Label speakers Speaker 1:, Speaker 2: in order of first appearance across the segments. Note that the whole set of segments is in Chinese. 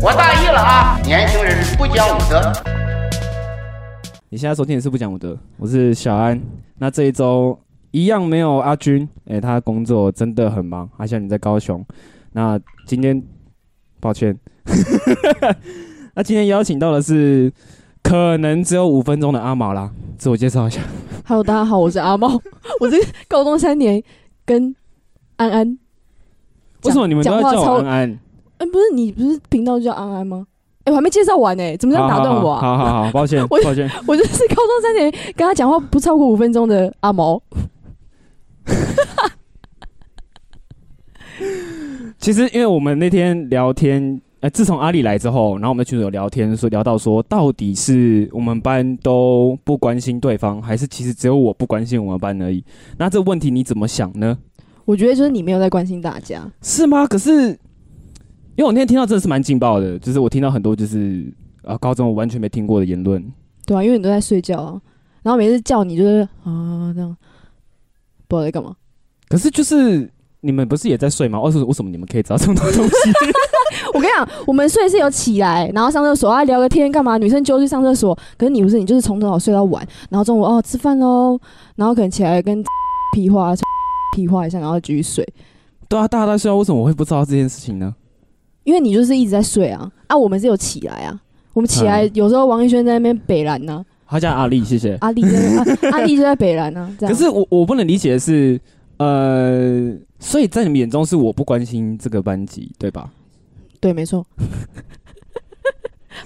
Speaker 1: 我大意了啊！年轻人不讲武德。
Speaker 2: 你现在收听的是不讲武德，我是小安。那这一周一样没有阿军，哎、他工作真的很忙，他现在在高雄。那今天，抱歉， 那今天邀请到的是可能只有五分钟的阿毛啦，自我介绍一下。
Speaker 3: Hello，大家好，我是阿茂，我是高中三年跟安安。
Speaker 2: 为什么你们都要
Speaker 3: 讲话
Speaker 2: 叫我
Speaker 3: 超
Speaker 2: 安安？
Speaker 3: 嗯、不是你不是频道就叫安安吗？哎、我还没介绍完呢、怎么这样打断我啊？
Speaker 2: 好好好好好，抱歉，
Speaker 3: 我
Speaker 2: 抱歉。
Speaker 3: 我就是高中三年跟他讲话不超过五分钟的阿毛。
Speaker 2: 其实，因为我们那天聊天，呃，自从阿里来之后，然后我们群主有聊天，说聊到说，到底是我们班都不关心对方，还是其实只有我不关心我们班而已？那这问题你怎么想呢？
Speaker 3: 我觉得就是你没有在关心大家，
Speaker 2: 是吗？可是，因为我那天听到真的是蛮劲爆的，就是我听到很多就是啊，高中我完全没听过的言论。
Speaker 3: 对啊，因为你都在睡觉啊，然后每次叫你就是啊这样，不知道在干嘛。
Speaker 2: 可是就是你们不是也在睡吗？为什么为什么你们可以知道这么多东西？
Speaker 3: 我跟你讲，我们睡是有起来，然后上厕所啊，聊个天干嘛？女生就去上厕所，可是你不是，你就是从早睡到晚，然后中午哦吃饭喽，然后可能起来跟 屁话屁话一下，然后继续睡，
Speaker 2: 对啊，大家都在睡啊，为什么我会不知道这件事情呢？
Speaker 3: 因为你就是一直在睡啊啊，我们是有起来啊。我们起来，
Speaker 2: 嗯
Speaker 3: 有时候王一轩在那边北兰呐、
Speaker 2: 好，叫阿丽，谢谢。
Speaker 3: 阿丽在那边、啊、阿丽就在北兰呐、这样。
Speaker 2: 可是我我不能理解的是，呃，所以在你们眼中是我不关心这个班级，对吧？
Speaker 3: 对，没错。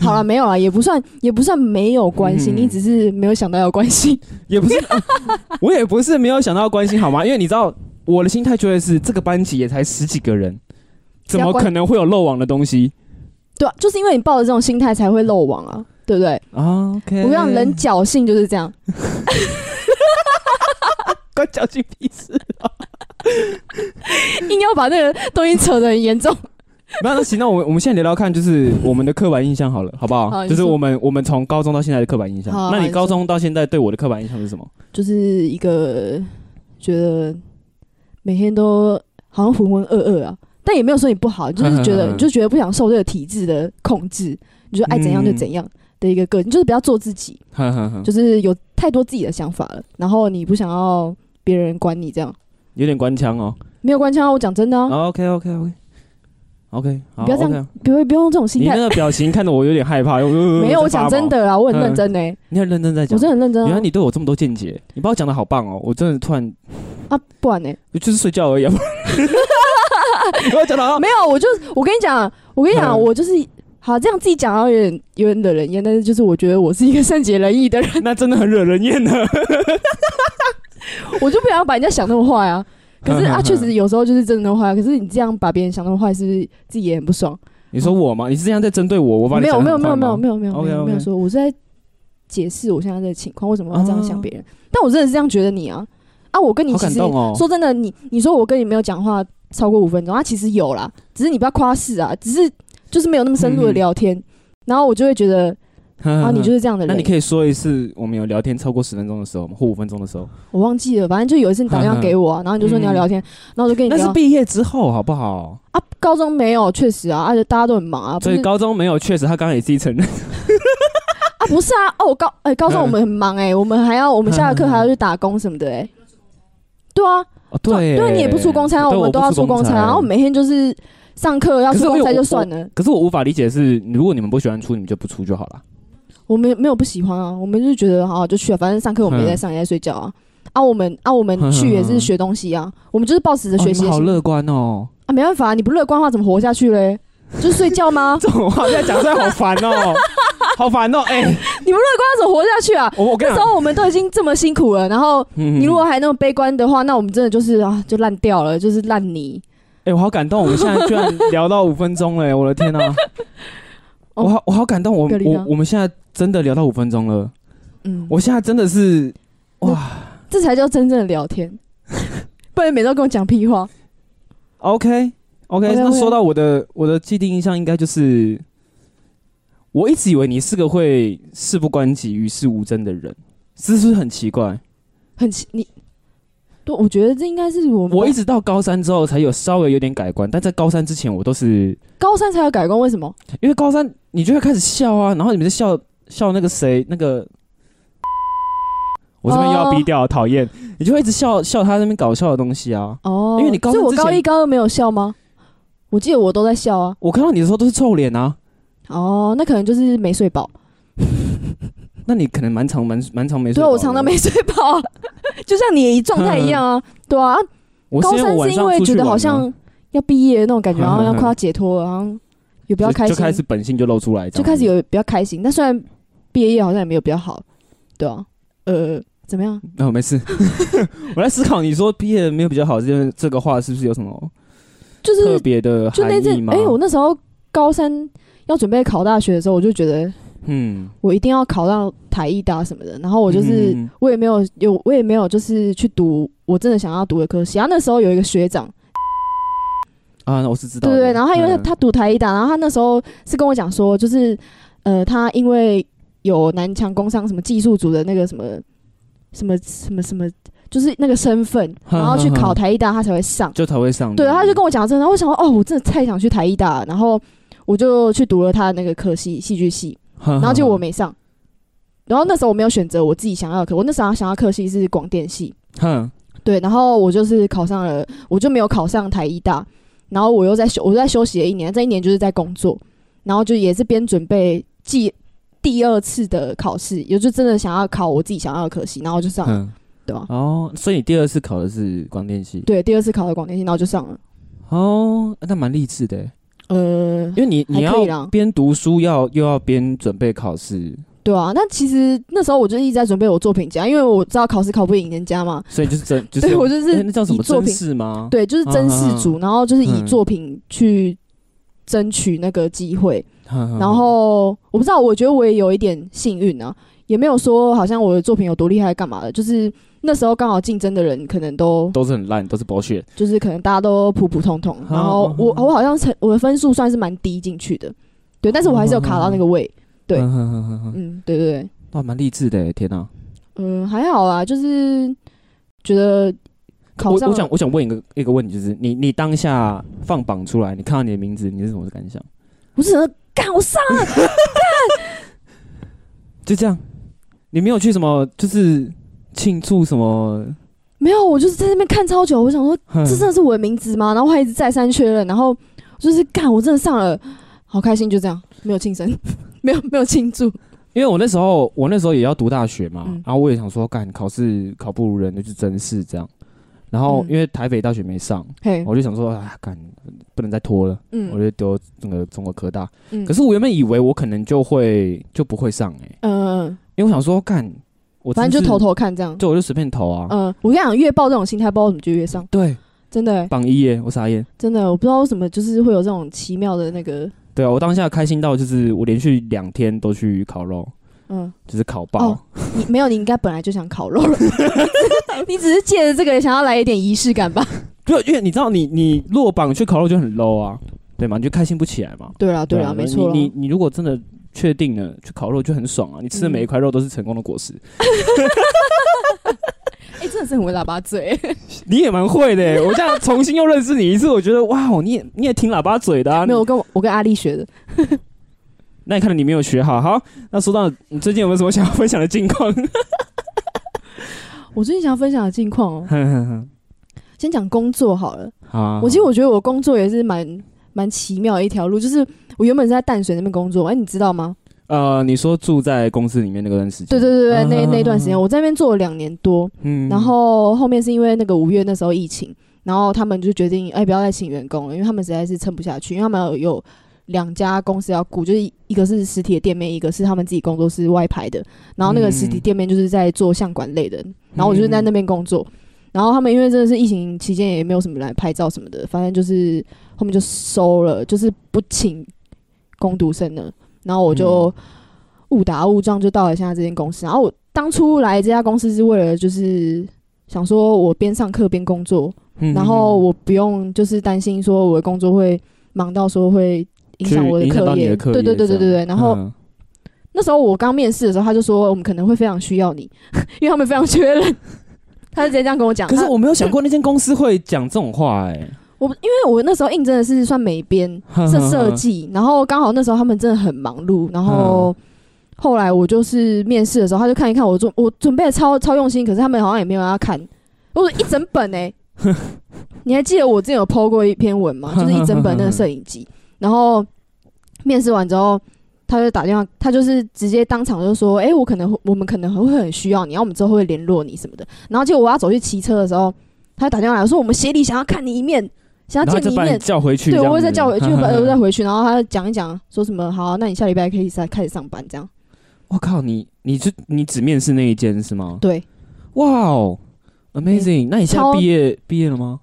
Speaker 3: 好了，没有啊了，也不算，也不算没有关心，
Speaker 2: 嗯
Speaker 3: 你只是没有想到要关心。
Speaker 2: 也 不是，啊我也不是没有想到关心好吗？因为你知道我的心态就会是这个班级也才十几个人，怎么可能会有漏网的东 西
Speaker 3: 对、啊，就是因为你抱着这种心态才会漏网啊，对不对？
Speaker 2: 啊？OK，
Speaker 3: 我让人侥幸就是这样，
Speaker 2: 关脚心屁事，
Speaker 3: 硬要把那个东西扯得很严重。
Speaker 2: 没有那行，那我们我们现在聊聊看，就是我们的刻板印象好了，好不好？
Speaker 3: 好你
Speaker 2: 就是
Speaker 3: 说
Speaker 2: 我们我们从高中到现在的刻板印象。
Speaker 3: 好
Speaker 2: 那
Speaker 3: 好
Speaker 2: 你
Speaker 3: 你
Speaker 2: 高
Speaker 3: 说
Speaker 2: 中到现在对我的刻板印象是什么？
Speaker 3: 就是一个觉得每天都好像浑浑噩噩啊，但也没有说你不 好，就是觉得你就觉得不想受这个体制的控制，你就爱怎样就怎样的一个个性，就是不要做自己，
Speaker 2: 哼哼哼，
Speaker 3: 就是有太多自己的想法了，然后你不想要别人管你这样，
Speaker 2: 有点官腔哦。
Speaker 3: 没有关系啊，我讲真的啊，
Speaker 2: OK OK OK OK，好
Speaker 3: 不要这样
Speaker 2: OK
Speaker 3: 不会不用这种心
Speaker 2: 你那
Speaker 3: 态。
Speaker 2: 个表情看得我有点害 怕。没
Speaker 3: 没有，我讲真，的啊啦，我很认真呢、
Speaker 2: 你很认真在讲
Speaker 3: 我真。的很认真
Speaker 2: 原来
Speaker 3: 啊。
Speaker 2: 你对我这么多见解，你把我讲的好棒哦！我真的突然
Speaker 3: 啊，不然呢、
Speaker 2: 就是睡觉而 已啊，你把我讲的好。
Speaker 3: 哦没有，我就我跟你讲，我跟你讲，
Speaker 2: 嗯
Speaker 3: 我就是好这样自己讲，到有点有点惹人厌，但是就是我觉得我是一个善解人意的人，
Speaker 2: 那真的很惹人厌啊呢。
Speaker 3: 我就不想要把人家想那么坏啊。 可
Speaker 2: 嗯
Speaker 3: 是啊，确实有时候就是真的那么坏。可是你这样把别人想那么坏，是不是自己也很不爽？
Speaker 2: 你说我吗？你是这样在针对我？我把你
Speaker 3: 没有
Speaker 2: 讲
Speaker 3: 没
Speaker 2: 得
Speaker 3: 有
Speaker 2: 很
Speaker 3: 没有
Speaker 2: 坏
Speaker 3: 没有
Speaker 2: 吗
Speaker 3: 没有没有没
Speaker 2: OK，OK
Speaker 3: 有没有说，我是在解释我现在的情况，为什么要这样想别人？但我真的是这样觉得你啊啊！我跟你
Speaker 2: 啊好
Speaker 3: 其
Speaker 2: 感
Speaker 3: 实
Speaker 2: 动哦。
Speaker 3: 说真的，你你说我跟你没有讲话超过五分钟，啊，其实有啦，只是你不要夸饰啊，只是就是没有那么深入的
Speaker 2: 嗯
Speaker 3: 聊天，然后我就会觉得 啊，你就是这样的
Speaker 2: 那
Speaker 3: 人。
Speaker 2: 你可以说一次，我们有聊天超过十分钟的时候吗？或五分钟的时候？
Speaker 3: 我忘记了，反正就有一次你打电话给我、啊，然后你就说你要聊天，然后我就跟你
Speaker 2: 嗯那是
Speaker 3: 聊
Speaker 2: 毕业之后，好不好？
Speaker 3: 啊，高中没有，确实啊，而且大家都很忙啊，不
Speaker 2: 所
Speaker 3: 是
Speaker 2: 以高中没有，确实他刚刚也自己承认。
Speaker 3: 啊，不是啊，哦，我高哎、高中
Speaker 2: 嗯
Speaker 3: 我们很忙哎、我们还要我们下了课还要去打工什么的哎、对啊，
Speaker 2: 哦对，
Speaker 3: 对，你也不出公差啊，
Speaker 2: 哦对
Speaker 3: 我们都要出公差啊，然后我们每天就是上课要
Speaker 2: 可是
Speaker 3: 出
Speaker 2: 我
Speaker 3: 公
Speaker 2: 有
Speaker 3: 差就
Speaker 2: 我
Speaker 3: 算了，
Speaker 2: 可是我无法理解的是，如果你们不喜欢出，你们就不出就好了。
Speaker 3: 我们没有不喜欢啊，我们就觉得好就去啊，反正上课我
Speaker 2: 嗯
Speaker 3: 们也在上，也在睡觉啊。啊，我们啊，我们去也是学东西啊，我们就是抱持着学习
Speaker 2: 哦你
Speaker 3: 的
Speaker 2: 们好
Speaker 3: 心、
Speaker 2: 乐观哦！
Speaker 3: 啊，没办法，你不乐观的话怎么活下去嘞？就是睡觉 吗？
Speaker 2: 这种话在讲出来好烦 哦，好烦哦！哎、
Speaker 3: 你们乐观要怎么活下去啊？
Speaker 2: 我我跟
Speaker 3: 那
Speaker 2: 你
Speaker 3: 时
Speaker 2: 讲，
Speaker 3: 候我们都已经这么辛苦了，然后
Speaker 2: 嗯
Speaker 3: 你
Speaker 2: 嗯
Speaker 3: 如果还那么悲观的话，那我们真的就是啊，就烂掉了，就是烂泥。
Speaker 2: 哎、我好感动，我们现在居然聊到五分钟了、哎我的天呐！
Speaker 3: 哦
Speaker 2: 我好我好感动，我
Speaker 3: 隔离
Speaker 2: 我
Speaker 3: 呢
Speaker 2: 我们现在真的聊到五分钟了，
Speaker 3: 嗯，
Speaker 2: 我现在真的是哇
Speaker 3: 这才叫真正的 聊天，不然每周跟我讲屁话。
Speaker 2: ，OK OK，
Speaker 3: OK，OK
Speaker 2: 那说到我的我的既定印象，应该就是我一直以为你是个会事不关己与世无争的人，是不是很奇怪？
Speaker 3: 很奇，你对，我觉得这应该是我们
Speaker 2: 我一直到高三之后才有稍微有点改观，但在高三之前我都是
Speaker 3: 高三才有改观，为什么？
Speaker 2: 因为高三你就会开始笑啊，然后你们在笑笑那个谁那个，我这边又要
Speaker 3: 哦
Speaker 2: 逼掉，讨厌，你就会一直笑笑他那边搞笑的东西啊。
Speaker 3: 哦，
Speaker 2: 因为你高三
Speaker 3: 所以我
Speaker 2: 之前
Speaker 3: 高一高二没有笑吗？我记得我都在笑啊。
Speaker 2: 我看到你的时候都是臭脸啊，
Speaker 3: 哦，那可能就是没睡饱。
Speaker 2: 那你可能蛮长蛮蛮长没睡
Speaker 3: 对
Speaker 2: 饱
Speaker 3: 啊，
Speaker 2: 的。
Speaker 3: 我常常没睡饱啊， 就像你状态一样啊。
Speaker 2: 嗯
Speaker 3: 对啊，
Speaker 2: 我
Speaker 3: 高
Speaker 2: 因为
Speaker 3: 三
Speaker 2: 我晚
Speaker 3: 是因
Speaker 2: 上
Speaker 3: 为
Speaker 2: 出去
Speaker 3: 觉得
Speaker 2: 玩啊
Speaker 3: 好像要毕业的那种感觉，
Speaker 2: 哼
Speaker 3: 然后
Speaker 2: 哼
Speaker 3: 要
Speaker 2: 哼
Speaker 3: 快要解脱了，然后也比较
Speaker 2: 就
Speaker 3: 开心，
Speaker 2: 就开始本性就露出来，这
Speaker 3: 就
Speaker 2: 样
Speaker 3: 开始
Speaker 2: 子
Speaker 3: 有比较开心。但虽然毕业夜好像也没有比较好，对啊，呃，怎么样？
Speaker 2: 哦，没事。 我在思考你说毕业没有比较好这件这个话是不是有什么
Speaker 3: 就
Speaker 2: 特
Speaker 3: 是
Speaker 2: 别的
Speaker 3: 就
Speaker 2: 含
Speaker 3: 那
Speaker 2: 义
Speaker 3: 阵，
Speaker 2: 吗？
Speaker 3: 哎、我那时候高三要准备考大学的时候，我就觉得
Speaker 2: 嗯，
Speaker 3: 我一定要考到台艺大什么的。然后我就是、
Speaker 2: 嗯
Speaker 3: 我也没有有我也没有就是去读我真的想要读的科系。啊然后那时候有一个学长，
Speaker 2: 啊，那我是知道
Speaker 3: 对
Speaker 2: 的。
Speaker 3: 对对，然后他因为他,、
Speaker 2: 嗯
Speaker 3: 他读台艺大，然后他那时候是跟我讲说，就是呃，他因为有南强工商什么技术组的那个什么什么什么什么，就是那个身份，
Speaker 2: 哼
Speaker 3: 然后去
Speaker 2: 哼
Speaker 3: 考
Speaker 2: 哼
Speaker 3: 台艺大，他才会上。
Speaker 2: 就才会上。
Speaker 3: 对，他就跟我讲这个，然后我想说，哦，我真的太想去台艺大了，然后我就去读了他那个科系戏剧系，
Speaker 2: 我
Speaker 3: 然后结
Speaker 2: 啊
Speaker 3: 果我没上。然后那时候我没有选择我自己想要的科，我那时候想要科系是广电系，
Speaker 2: 哼，
Speaker 3: 对，然后我就是考上了，我就没有考上台医大，然后我又在休，我在休息了一年，这一年就是在工作，然后就也是边准备记第二次的考试，也就真的想要考我自己想要的科系，然后就上了，
Speaker 2: 嗯，
Speaker 3: 对吧？
Speaker 2: 哦，所以你第二次考的是广电系。
Speaker 3: 对，第二次考了广电系，然后就上了，
Speaker 2: 哦，那蛮励志的，
Speaker 3: 呃，
Speaker 2: 因为你你
Speaker 3: 嗯还可以
Speaker 2: 要
Speaker 3: 啦
Speaker 2: 边读书要又要边准备考试，
Speaker 3: 对啊，那其实那时候我就一直在准备我作品集，因为我知道考试考不赢人家嘛，
Speaker 2: 所以就是真就是
Speaker 3: 对我就是
Speaker 2: 哎那叫什
Speaker 3: 以
Speaker 2: 么
Speaker 3: 作
Speaker 2: 真
Speaker 3: 品
Speaker 2: 试吗？
Speaker 3: 对，就是真事主，然后就是以
Speaker 2: 嗯
Speaker 3: 作品去争取那个机会，
Speaker 2: 嗯哼，哼
Speaker 3: 然后我不知道，我觉得我也有一点幸运啊，也没有说好像我的作品有多厉害干嘛的，就是那时候刚好竞争的人可能都
Speaker 2: 都是很烂，都是 bullshit。
Speaker 3: 就是可能大家都普普通通，然
Speaker 2: 嗯
Speaker 3: 后我我好像成我的分数算是蛮低进去的，对，但是我还是
Speaker 2: 嗯
Speaker 3: 有卡到那个位，对
Speaker 2: 哼哼哼哼哼
Speaker 3: 嗯，对对对，
Speaker 2: 哇，蛮励志的，欸天啊哪！
Speaker 3: 嗯，还好啦，就是觉得考
Speaker 2: 我
Speaker 3: 上
Speaker 2: 我想我想问一个一个问题，就是你你当下放榜出来，你看到你的名字，你是什么感想？
Speaker 3: 我只能干我上了，
Speaker 2: 就这样，你没有去什么就是庆祝什么？
Speaker 3: 没有，我就是在那边看超久，我想说
Speaker 2: 哼
Speaker 3: 这真的是我的名字吗？然后还一直再三确认，然后就是干，我真的上了，好开心，就这样，没有庆生， 没有没有庆祝，
Speaker 2: 因为我那时候我那时候也要读大学嘛，
Speaker 3: 嗯
Speaker 2: 然后我也想说，干考试考不如人，那就真是这样。然后
Speaker 3: 嗯
Speaker 2: 因为台北大学没上，
Speaker 3: 嘿，
Speaker 2: 我就想说，啊，干不能再拖了，我
Speaker 3: 嗯
Speaker 2: 就丢那个中国科大。
Speaker 3: 嗯
Speaker 2: 可是我原本以为我可能就会就不会上哎、欸
Speaker 3: 嗯，
Speaker 2: 因为我想说，干我
Speaker 3: 反正
Speaker 2: 真
Speaker 3: 就是投，投看这样，
Speaker 2: 对，我就随便投啊。
Speaker 3: 嗯，我跟你讲，越爆这种心态，不知道为什么就越上，
Speaker 2: 对，
Speaker 3: 真的欸
Speaker 2: 榜一耶，我傻眼。
Speaker 3: 真的，我不知道为什么就是会有这种奇妙的那个，
Speaker 2: 对啊，我当下开心到就是我连续两天都去烤肉，
Speaker 3: 嗯，
Speaker 2: 就是烤爆。
Speaker 3: 哦你没有，你应该本来就想烤肉 了，你只是借着这个想要来一点仪式感吧？
Speaker 2: 对，因为你知道你你落榜去烤肉就很 low 啊，对嘛？你就开心不起来嘛。
Speaker 3: 对啦，对啦，啊没错
Speaker 2: 啊
Speaker 3: 啦
Speaker 2: 你，你你如果真的确定了去烤肉就很爽啊，你吃的
Speaker 3: 嗯
Speaker 2: 每一块肉都是成功的果实，
Speaker 3: 哎，真的是很会喇叭嘴欸，
Speaker 2: 你也蛮会的欸、我 这样重新又认识你一次，我觉得哇，哦你也你也挺喇叭嘴的 啊。
Speaker 3: 没有，我跟我我跟阿丽学的，
Speaker 2: 那你看来你没有学好。好，那说到你最近有没有什么想要分享的近 况？
Speaker 3: 我最近想要分享的近况哦，先讲工作好了。
Speaker 2: 好啊
Speaker 3: 我其实我觉得我工作也是蛮蛮奇妙的一条路，就是我原本是在淡水那边工作，哎、你知道吗？
Speaker 2: 呃，你说住在公司里面那个段时间，
Speaker 3: 对对对对，那
Speaker 2: 啊
Speaker 3: 那段时间我在那边做了两年多，
Speaker 2: 嗯
Speaker 3: 然后后面是因为那个五月那时候疫情，然后他们就决定哎、不要再请员工了，因为他们实在是撑不下去，因为他们有有两家公司要顾，就是一个是实体的店面，一个是他们自己工作室外拍的，然后那个实体
Speaker 2: 嗯
Speaker 3: 店面就是在做相馆类的，然后我就是在那边工作。然后他们因为真的是疫情期间也没有什么来拍照什么的，反正就是后面就收了，就是不请工读生了。然后我
Speaker 2: 嗯
Speaker 3: 就误打误撞就到了现在这间公司。然后我当初来这家公司是为了就是想说我边上课边工作，
Speaker 2: 嗯
Speaker 3: 然后我不用就是担心说我的工作会忙到说会影响我
Speaker 2: 去影
Speaker 3: 的
Speaker 2: 响
Speaker 3: 课
Speaker 2: 到你
Speaker 3: 业。
Speaker 2: 的课
Speaker 3: 对对对对对
Speaker 2: 这
Speaker 3: 对。
Speaker 2: 样
Speaker 3: 然后
Speaker 2: 嗯
Speaker 3: 那时候我刚面试的时候，他就说我们可能会非常需要你，因为他们非常缺人。 他就直接这样跟我讲。
Speaker 2: 可是
Speaker 3: 他
Speaker 2: 我没有想
Speaker 3: 啊
Speaker 2: 过那间公司会讲这种话、哎，
Speaker 3: 我因为我那时候应征的是算美编 设 设计，然后刚好那时候他们真的很忙碌，然后
Speaker 2: 嗯
Speaker 3: 后来我就是面试的时候，他就看一看我做我准备的超超用心，可是他们好像也没有要看，我一整本哎、 你还记得我之前有 PO 过一篇文吗？就是一整本那个摄影 集，然后面试完之后。他就打电话，他就是直接当场就说：“哎、我可能会我们可能会很需要你，然后我们之后会联络你什么的。”然后结果我要走去骑车的时候，他就打电话来说：“我们协理想要看你一面，想
Speaker 2: 然
Speaker 3: 要
Speaker 2: 后
Speaker 3: 见
Speaker 2: 就
Speaker 3: 你一
Speaker 2: 把你
Speaker 3: 面。”
Speaker 2: 叫回去这
Speaker 3: 对，
Speaker 2: 样子，
Speaker 3: 我会再叫 回去，
Speaker 2: 哈
Speaker 3: 把呃
Speaker 2: 哈
Speaker 3: 我再回去，然后他讲一讲，说什么好、那你下礼拜可以再开始上班这样。
Speaker 2: 我靠，你你是你只面试那一间是吗？
Speaker 3: 对
Speaker 2: 哇哦，amazing！那你现在
Speaker 3: 嗯超
Speaker 2: 毕业毕业了吗？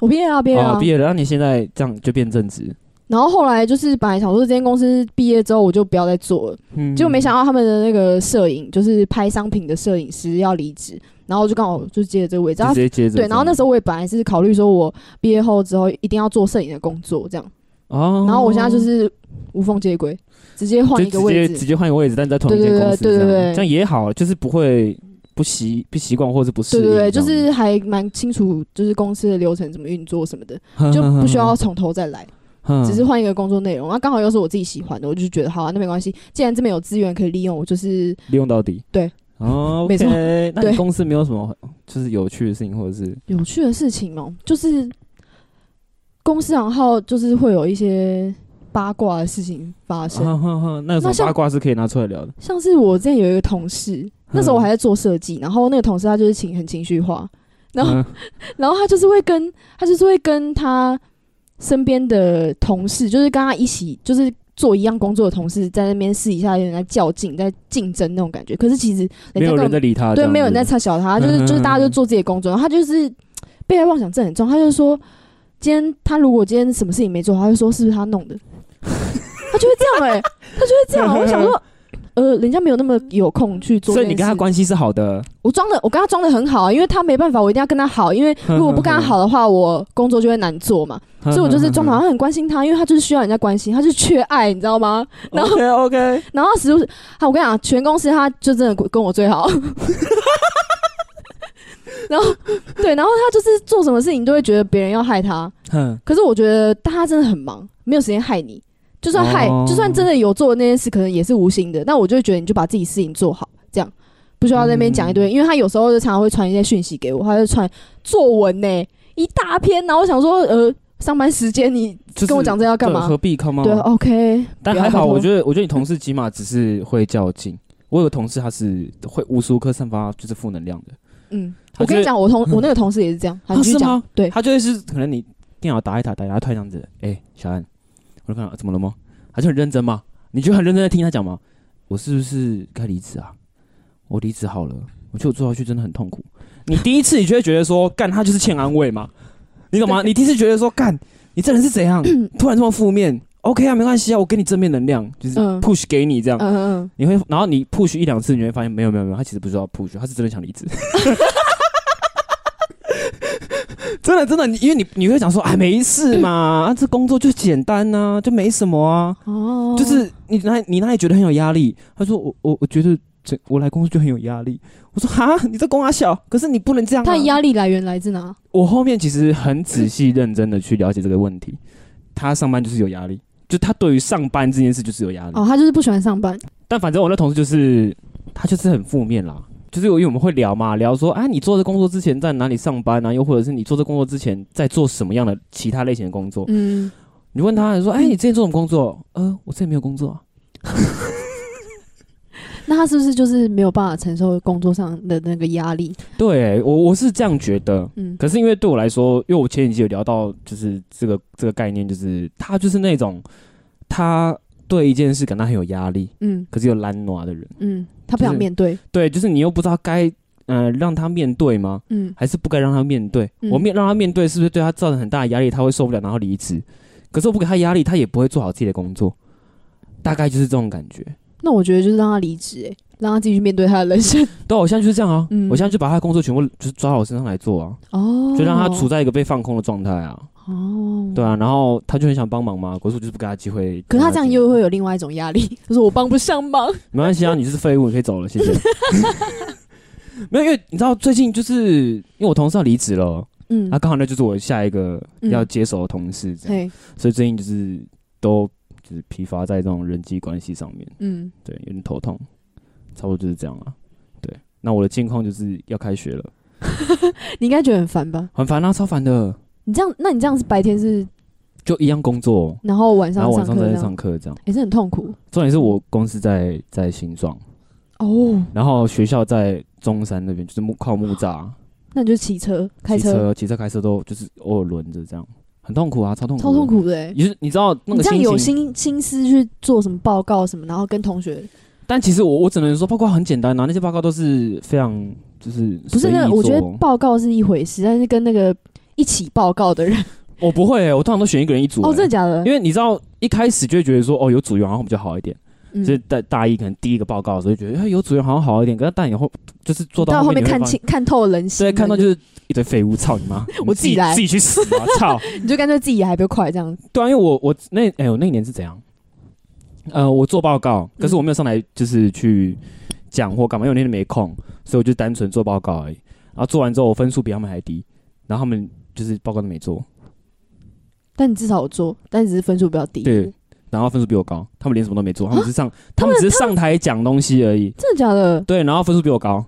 Speaker 3: 我毕业啊，毕业啊
Speaker 2: 哦，毕。业了。那你现在这样就变正职？
Speaker 3: 然后后来就是本来想说这间公司毕业之后我就不要再做了，
Speaker 2: 嗯
Speaker 3: 结果没想到他们的那个摄影就是拍商品的摄影师要离职，然后就刚好就接了这个位置。
Speaker 2: 就直
Speaker 3: 啊
Speaker 2: 接接着这
Speaker 3: 对，
Speaker 2: 样。
Speaker 3: 然后那时候我也本来是考虑说我毕业后之后一定要做摄影的工作这样，
Speaker 2: 哦，
Speaker 3: 然后我现在就是无缝接轨，直接换一个
Speaker 2: 就直
Speaker 3: 位
Speaker 2: 接
Speaker 3: 置
Speaker 2: 直。接换一个位置，但在同一
Speaker 3: 对
Speaker 2: 间
Speaker 3: 对对
Speaker 2: 公司，
Speaker 3: 对对
Speaker 2: 这
Speaker 3: 对
Speaker 2: 样这样也好，就是不会不习不习惯或是不适
Speaker 3: 对
Speaker 2: 应这
Speaker 3: 对对，
Speaker 2: 样子，
Speaker 3: 就是还蛮清楚，就是公司的流程怎么运作什么的，就不需要从头再来，
Speaker 2: 哼，
Speaker 3: 只是换一个工作内容。那刚好又是我自己喜欢的，我就觉得好啊，那没关系，既然这边有资源可以利用，我就是
Speaker 2: 利用到底。
Speaker 3: 对，
Speaker 2: 哦，
Speaker 3: 没错
Speaker 2: OK，那
Speaker 3: 对
Speaker 2: 你公司没有什么就是有趣的事情，或者是
Speaker 3: 有趣的事情哦、就是公司然后就是会有一些八卦的事情发生，
Speaker 2: 啊哼哼哼那有什
Speaker 3: 啊那
Speaker 2: 么
Speaker 3: 像
Speaker 2: 八卦是可以拿出来聊的？
Speaker 3: 像是我之前有一个同事，那时候我还在做设计，然后那个同事他就是情很情绪化，然后
Speaker 2: 嗯
Speaker 3: 然后他就是会跟他就是会跟他身边的同事，就是跟他一起就是做一样工作的同事，在那边私底下有人在较劲，在竞争那种感觉。可是其实
Speaker 2: 没
Speaker 3: 人家
Speaker 2: 有人
Speaker 3: 根
Speaker 2: 在
Speaker 3: 本
Speaker 2: 理他，
Speaker 3: 对
Speaker 2: 这样
Speaker 3: 没有人
Speaker 2: 子
Speaker 3: 在插小他，就是
Speaker 2: 嗯
Speaker 3: 就是大家就做自己的工作，然后他就是被害妄想症很重，他就说今天他如果今天什么事情没做，他就说是不是他弄的， 他就会这样哎、 他就会这样。我想说。呃，人家没有那么有空去做
Speaker 2: 所
Speaker 3: 这件事，
Speaker 2: 以你跟他关系是好的，
Speaker 3: 我装的，我跟他装的很好啊，因为他没办法，我一定要跟他好，因为如果不跟他好的话，我工作就会难做嘛。 所以我就是装的好像很关心他，因为他就是需要人家关心，他就是缺爱，你知道吗？然后
Speaker 2: OK OK，
Speaker 3: 然后时不时，啊，我跟你讲，全公司他就真的跟我最好。然后对，然后他就是做什么事情都会觉得别人要害他，
Speaker 2: 哼，
Speaker 3: 可是我觉得大家真的很忙，没有时间害你。就算害，
Speaker 2: 哦
Speaker 3: 就算真的有做的那件事，可能也是无心的。但我就会觉得，你就把自己事情做好，这样不需要在那边讲
Speaker 2: 嗯
Speaker 3: 一堆。因为他有时候就常常会传一些讯息给我，他就传作文呢、一大篇，然后我想说，呃，上班时间你
Speaker 2: 就是
Speaker 3: 跟我讲这要干嘛
Speaker 2: 对何必 come
Speaker 3: 对
Speaker 2: on？
Speaker 3: ，OK，
Speaker 2: 但
Speaker 3: 不要
Speaker 2: 还好，
Speaker 3: 拜托
Speaker 2: 我觉得我觉得你同事起码只是会较劲。我有个同事，他是会无时无刻散发就是负能量的，
Speaker 3: 嗯，
Speaker 2: 他
Speaker 3: 我跟
Speaker 2: 就
Speaker 3: 你讲，我同我那个同事也是这样，他
Speaker 2: 啊
Speaker 3: 继续
Speaker 2: 是
Speaker 3: 讲
Speaker 2: 吗，
Speaker 3: 对，
Speaker 2: 他就会是可能你电脑打一打打一打，他突然这样子，哎、小安，我就看到怎么了吗？他就很认真嘛，你就很认真在听他讲嘛。我是不是该离职啊？我离职好了，我觉得我做下去真的很痛苦。你第一次你就会觉得说，干他就是欠安慰嘛，你懂吗？你第一次觉得说，干你这人是怎样？ 突然这么负面，OK 啊，没关系啊，我给你正面能量，就是
Speaker 3: 嗯
Speaker 2: push 给你这样。
Speaker 3: 嗯嗯嗯，
Speaker 2: 你会，然后你 push 一两次，你会发现没有没有没有，他其实不是要 push，他是真的想离职。 真的真的，你因为你你会想说，哎，没事嘛，啊，这工作就简单呐、就没什么啊，
Speaker 3: 哦，
Speaker 2: 就是你哪里你哪里觉得很有压力？他说我我我觉得这我来工作就很有压力。我说哈，你这工啊小，可是你不能这样、啊。
Speaker 3: 他的压力来源来自哪？
Speaker 2: 我后面其实很仔细认真的去了解这个问题，他上班就是有压力，就他对于上班这件事就是有压力。
Speaker 3: 哦，他就是不喜欢上班，
Speaker 2: 但反正我那同事就是他就是很负面啦，就是因为我们会聊嘛，聊说啊，你做这工作之前在哪里上班啊，又或者是你做这工作之前在做什么样的其他类型的工作？
Speaker 3: 嗯，
Speaker 2: 你问他，你说，哎、你之前做什么工作？呃，我之前没有工作啊。
Speaker 3: 那他是不是就是没有办法承受工作上的那个压力？
Speaker 2: 对我我是这样觉得，
Speaker 3: 嗯
Speaker 2: 可是因为对我来说，因为我前几集有聊到，就是这个这个概念，就是他就是那种他对一件事感到很有压力，
Speaker 3: 嗯
Speaker 2: 可是又懒惰的人。
Speaker 3: 嗯，他不想
Speaker 2: 就是
Speaker 3: 面对，
Speaker 2: 对，就是你又不知道该呃让他面对吗？
Speaker 3: 嗯
Speaker 2: 还是不该让他面对。
Speaker 3: 嗯
Speaker 2: 我面让他面对，是不是对他造成很大的压力？他会受不了，然后离职。可是我不给他压力，他也不会做好自己的工作。大概就是这种感觉。
Speaker 3: 那我觉得就是让他离职，哎，让他自己去面对他的 人生。
Speaker 2: 对啊，我现在就是这样啊，
Speaker 3: 嗯
Speaker 2: 我现在就把他的工作全部就是抓到我身上来做啊，
Speaker 3: 哦，
Speaker 2: 就让他处在一个被放空的状态啊。
Speaker 3: 哦，
Speaker 2: 对啊，然后他就很想帮忙嘛，可是我就是不给他机会。
Speaker 3: 可是他这样又
Speaker 2: 会
Speaker 3: 会有另外一 种压力，就是我帮不上忙。
Speaker 2: 没关系啊，你就是废物，你可以走了，谢谢。没有，因为你知道最近就是因为我同事要离职了，
Speaker 3: 嗯
Speaker 2: 那，刚好那就是我下一个要接手的同事，这样，
Speaker 3: 嘿，
Speaker 2: 所以最近就是都就是疲乏在这种人际关系上面，
Speaker 3: 嗯，
Speaker 2: 对，有点头痛，差不多就是这样了。对，那我的近况就是要开学了，
Speaker 3: 你应该觉得很烦吧？
Speaker 2: 很烦啊，超烦的，
Speaker 3: 你这样，那你这样是白天是，
Speaker 2: 就一样工作，
Speaker 3: 然后晚
Speaker 2: 然
Speaker 3: 上
Speaker 2: 后啊晚上
Speaker 3: 上课
Speaker 2: 再
Speaker 3: 这
Speaker 2: 去
Speaker 3: 样，
Speaker 2: 上课这样。
Speaker 3: 也是很痛苦
Speaker 2: 重点是我公司在在新庄，
Speaker 3: 哦。
Speaker 2: 然后学校在中山那边，就是木靠木栅，
Speaker 3: 那你就骑车、开
Speaker 2: 骑
Speaker 3: 车，
Speaker 2: 骑车、开车都就是偶尔轮着这样，很痛苦啊，超痛苦，
Speaker 3: 超痛。苦的欸。
Speaker 2: 也是你知道那
Speaker 3: 你
Speaker 2: 个
Speaker 3: 这样
Speaker 2: 心
Speaker 3: 有
Speaker 2: 情，
Speaker 3: 心心思去做什么报告什么，然后跟同学
Speaker 2: 但其实我我只能说报告很简单啊，那些报告都是非常就是
Speaker 3: 不是
Speaker 2: 随意
Speaker 3: 那个，我觉得
Speaker 2: 做
Speaker 3: 报告是一回事，但是跟那个一起报告的人，
Speaker 2: 我不会欸、我通常都选一个人一组欸、
Speaker 3: 哦，真的假的？
Speaker 2: 因为你知道一开始就会觉得说哦有组员好像比较好一点，
Speaker 3: 嗯
Speaker 2: 所以在大一可能第一个报告的时候就觉得、哎有组员好像好一点，可是但以后就是做
Speaker 3: 到
Speaker 2: 后
Speaker 3: 面
Speaker 2: 你会
Speaker 3: 看
Speaker 2: 发现
Speaker 3: 清看透人心
Speaker 2: 对，
Speaker 3: 了，
Speaker 2: 看到就是一堆废物，操你妈！你
Speaker 3: 我
Speaker 2: 自
Speaker 3: 自己来
Speaker 2: 自己去死啊！ 操！
Speaker 3: 你你就干脆自己还不如快这样，
Speaker 2: 对啊，因为我我那哎、我那一年是怎样？呃，我做报告，可是我没有上来就是去讲或干嘛，因为我那天没空，所以我就单纯做报告而已。然后做完之后，我分数比他们还低，然后他们就是报告都没做，
Speaker 3: 但你至少有做，但只是分数比较低，
Speaker 2: 对，然后分数比我高，他们连什么都没做，他们只是上，他们只是上台讲东西而已，
Speaker 3: 真的假的？
Speaker 2: 对，然后分数比我高，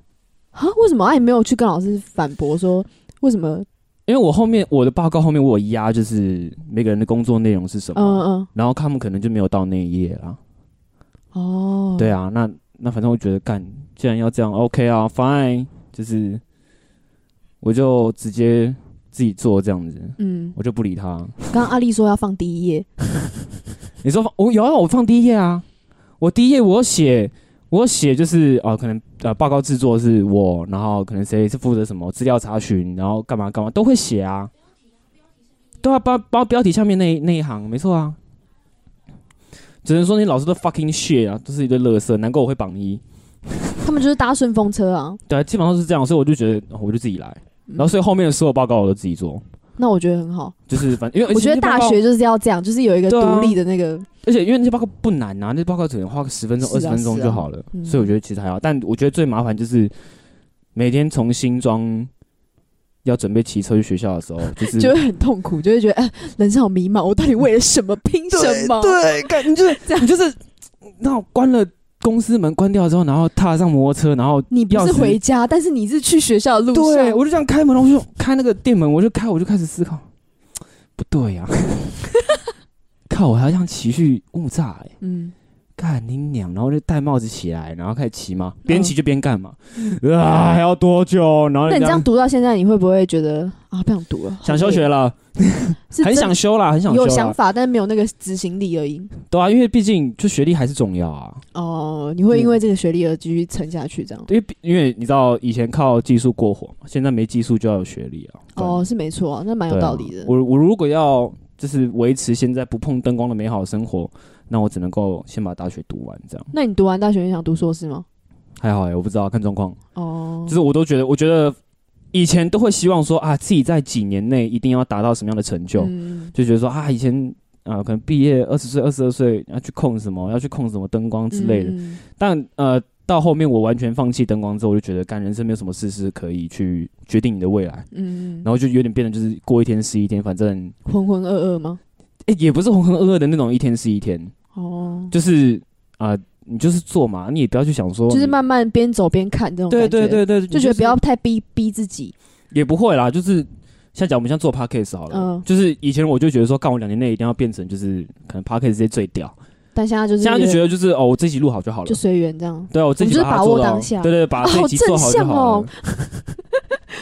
Speaker 3: 啊，为什么啊？你没有去跟老师反驳说为什么？
Speaker 2: 因为我后面我的报告后面我有压就是每个人的工作内容是什么，
Speaker 3: 嗯嗯
Speaker 2: 然后他们可能就没有到那一页啦，
Speaker 3: 嗯，哦，
Speaker 2: 对啊，那那反正我觉得干，既然要这样，OK 啊，Fine，就是我就直接自己做这样子，
Speaker 3: 嗯，
Speaker 2: 我就不理他。
Speaker 3: 刚刚阿丽说要放第一页，
Speaker 2: 你说放我有啊，我放第一页啊，我第一页我有写我有写就是啊、呃可能呃报告制作是我，然后可能谁是负责什么资料查询，然后干嘛干嘛都会写啊。对啊，包包标题下面那一那一行没错啊。只能说你老师都 fucking shit 啊，都是一堆垃圾，难怪我会榜一。
Speaker 3: 他们就是搭顺风车啊，
Speaker 2: 对，基本上都是这样，所以我就觉得、哦我就自己来，
Speaker 3: 嗯
Speaker 2: 然后所以后面的所有报告我都自己做，
Speaker 3: 那我觉得很好。
Speaker 2: 就是反正因为
Speaker 3: 我觉得大，
Speaker 2: 而且那些报
Speaker 3: 学就是要这样，就是有一个
Speaker 2: 对啊
Speaker 3: 独立的那个，
Speaker 2: 告而且因为那些报告不难啊，那些报告只能花个十分钟、
Speaker 3: 是啊
Speaker 2: 二十分钟
Speaker 3: 是啊
Speaker 2: 就好了，
Speaker 3: 嗯
Speaker 2: 所以我觉得其实还好。但我觉得最麻烦就是每天从新庄要准备骑车去学校的 时候，就是
Speaker 3: 就会很痛苦，就会觉得哎，人生好迷茫，我到底为了什么，拼什么？
Speaker 2: 对，感觉就是
Speaker 3: 这样
Speaker 2: 你就是那种关了公司门关掉之后，然后踏上摩托车，然后
Speaker 3: 你不
Speaker 2: 钥
Speaker 3: 是
Speaker 2: 匙
Speaker 3: 回家，但是你是去学校的路
Speaker 2: 对，
Speaker 3: 上，
Speaker 2: 我就这样开门，然后我就开那个店门，我就开，我就开始思考，不对 呀、靠，我还要这样骑去木栅哎、
Speaker 3: 嗯，
Speaker 2: 干你娘！然后就戴帽子起来，然后开始骑嘛，边骑就边干嘛，啊，还要多久？然后
Speaker 3: 那你
Speaker 2: 就
Speaker 3: 这样读到现在，你会不会觉得啊，不想读了，
Speaker 2: 想休学了，
Speaker 3: 是
Speaker 2: 很
Speaker 3: 真
Speaker 2: 想休啦，很想休啊
Speaker 3: 有
Speaker 2: 啦
Speaker 3: 想，法，但是没有那个执行力而已。
Speaker 2: 对啊，因为毕竟就学历还是重要啊，
Speaker 3: 哦，你会因为这个学历而继续撑下去，这样
Speaker 2: 因为因为你知道以前靠技术过火嘛，现在没技术就要有学历啊，对
Speaker 3: 哦，是没错啊，那蛮有
Speaker 2: 对啊
Speaker 3: 道理的。
Speaker 2: 我我如果要就是维持现在不碰灯光的美好生活，那我只能够先把大学读完，这样
Speaker 3: 那你读完大学，你想读硕士吗？
Speaker 2: 还好哎、我不知道看状况。
Speaker 3: 哦
Speaker 2: 就，是我都觉得，我觉得以前都会希望说啊，自己在几年内一定要达到什么样的成就，
Speaker 3: 嗯
Speaker 2: 就觉得说啊，以前啊、可能毕业二十岁、二十二岁要去控什么，要去控什么灯光之类的。
Speaker 3: 嗯
Speaker 2: 但呃，到后面我完全放弃灯光之后，我就觉得干人生没有什么事是可以去决定你的未来，
Speaker 3: 嗯，
Speaker 2: 然后就有点变得就是过一天是一天，反正
Speaker 3: 浑浑噩噩吗？
Speaker 2: 诶也不是浑浑噩噩的那种一天是一天，
Speaker 3: 哦，
Speaker 2: 就是啊、你就是做嘛，你也不要去想说
Speaker 3: 就是
Speaker 2: 你
Speaker 3: 慢慢边走边看这种感
Speaker 2: 对
Speaker 3: 觉，
Speaker 2: 对对对，
Speaker 3: 就
Speaker 2: 你
Speaker 3: 觉得
Speaker 2: 是
Speaker 3: 不要太逼逼自己。
Speaker 2: 也不会啦，就是像讲我们像做 podcast 好了，
Speaker 3: 嗯
Speaker 2: 就是以前我就觉得说，干我两年内一定要变成就是可能 podcast 直接最屌，
Speaker 3: 但现在就是
Speaker 2: 现在就觉
Speaker 3: 得
Speaker 2: 得就是哦，我这集录好就好了
Speaker 3: 就。随缘这样。
Speaker 2: 对，我自己
Speaker 3: 我们就是
Speaker 2: 它
Speaker 3: 把握
Speaker 2: 做到
Speaker 3: 当下
Speaker 2: 对对，把这一集
Speaker 3: 好
Speaker 2: 做好就
Speaker 3: 正向
Speaker 2: 好
Speaker 3: 哦
Speaker 2: 了。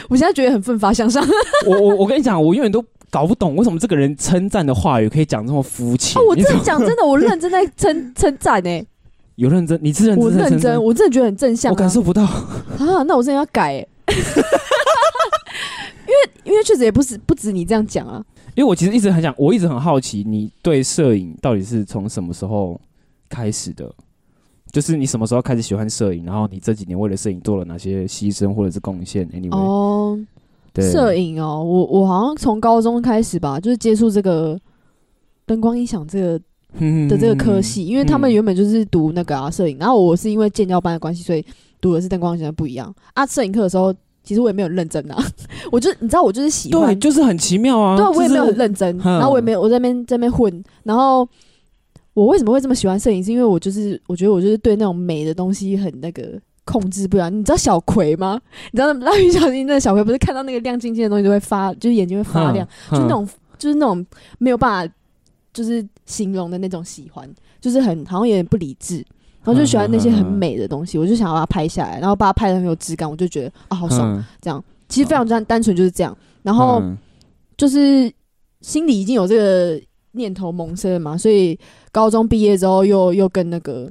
Speaker 3: 我现在觉得很奋发向上。哦，
Speaker 2: 我我我跟你讲，我永远都搞不懂为什么这个人称赞的话语可以讲这么肤浅。
Speaker 3: 哦我
Speaker 2: 你
Speaker 3: 真
Speaker 2: 怎
Speaker 3: 的
Speaker 2: 么
Speaker 3: 讲真的，我认真在称称赞呢，
Speaker 2: 有认真，你是 认真，
Speaker 3: 我
Speaker 2: 是
Speaker 3: 认
Speaker 2: 真
Speaker 3: 真，，我真的觉得很正向、啊。
Speaker 2: 我感受不到。
Speaker 3: 啊，那我真的要改欸， 因为因为确实也不止不止你这样讲啊，
Speaker 2: 因为我其实一直很想，我一直很好奇，你对摄影到底是从什么时候开始的？就是你什么时候开始喜欢摄影？然后你这几年为了摄影做了哪些牺牲或者是贡献？Anyway，、
Speaker 3: 哦，
Speaker 2: 对，
Speaker 3: 摄影哦，我我好像从高中开始吧，就是接触这个灯光音响这个
Speaker 2: 影
Speaker 3: 的这个科系，因为他们
Speaker 2: 嗯
Speaker 3: 原本就是读那个啊摄影，然后我是因为建教班的关系，所以读的是灯光学的不一样啊。摄影课的时候，其实我也没有认真啊， 我就你知道，我就是喜欢
Speaker 2: 对，，就是很奇妙啊。
Speaker 3: 对啊，我也没有
Speaker 2: 就
Speaker 3: 很
Speaker 2: 是嗯
Speaker 3: 认真，
Speaker 2: 哼
Speaker 3: 然后我也没有我在那边在那边混，然后我为什么会这么喜欢摄影，是因为我就是我觉得我就是对那种美的东西很那个控制不了。你知道小葵吗？你知道蜡笔小新那个小葵不是看到那个亮晶晶的东西都会发，就是眼睛会发亮，
Speaker 2: 哼
Speaker 3: 就那种就是那种没有办法就是形容的那种喜欢，就是很好像有点不理智。然后就喜欢那些
Speaker 2: 嗯
Speaker 3: 很美的东西，我就想要把它拍下来，然后把它拍的很有质感，我就觉得啊好爽。
Speaker 2: 嗯
Speaker 3: 其实非常单单纯就是这样，然后
Speaker 2: 嗯
Speaker 3: 就是心里已经有这个念头萌生了嘛，所以高中毕业之后又又更那个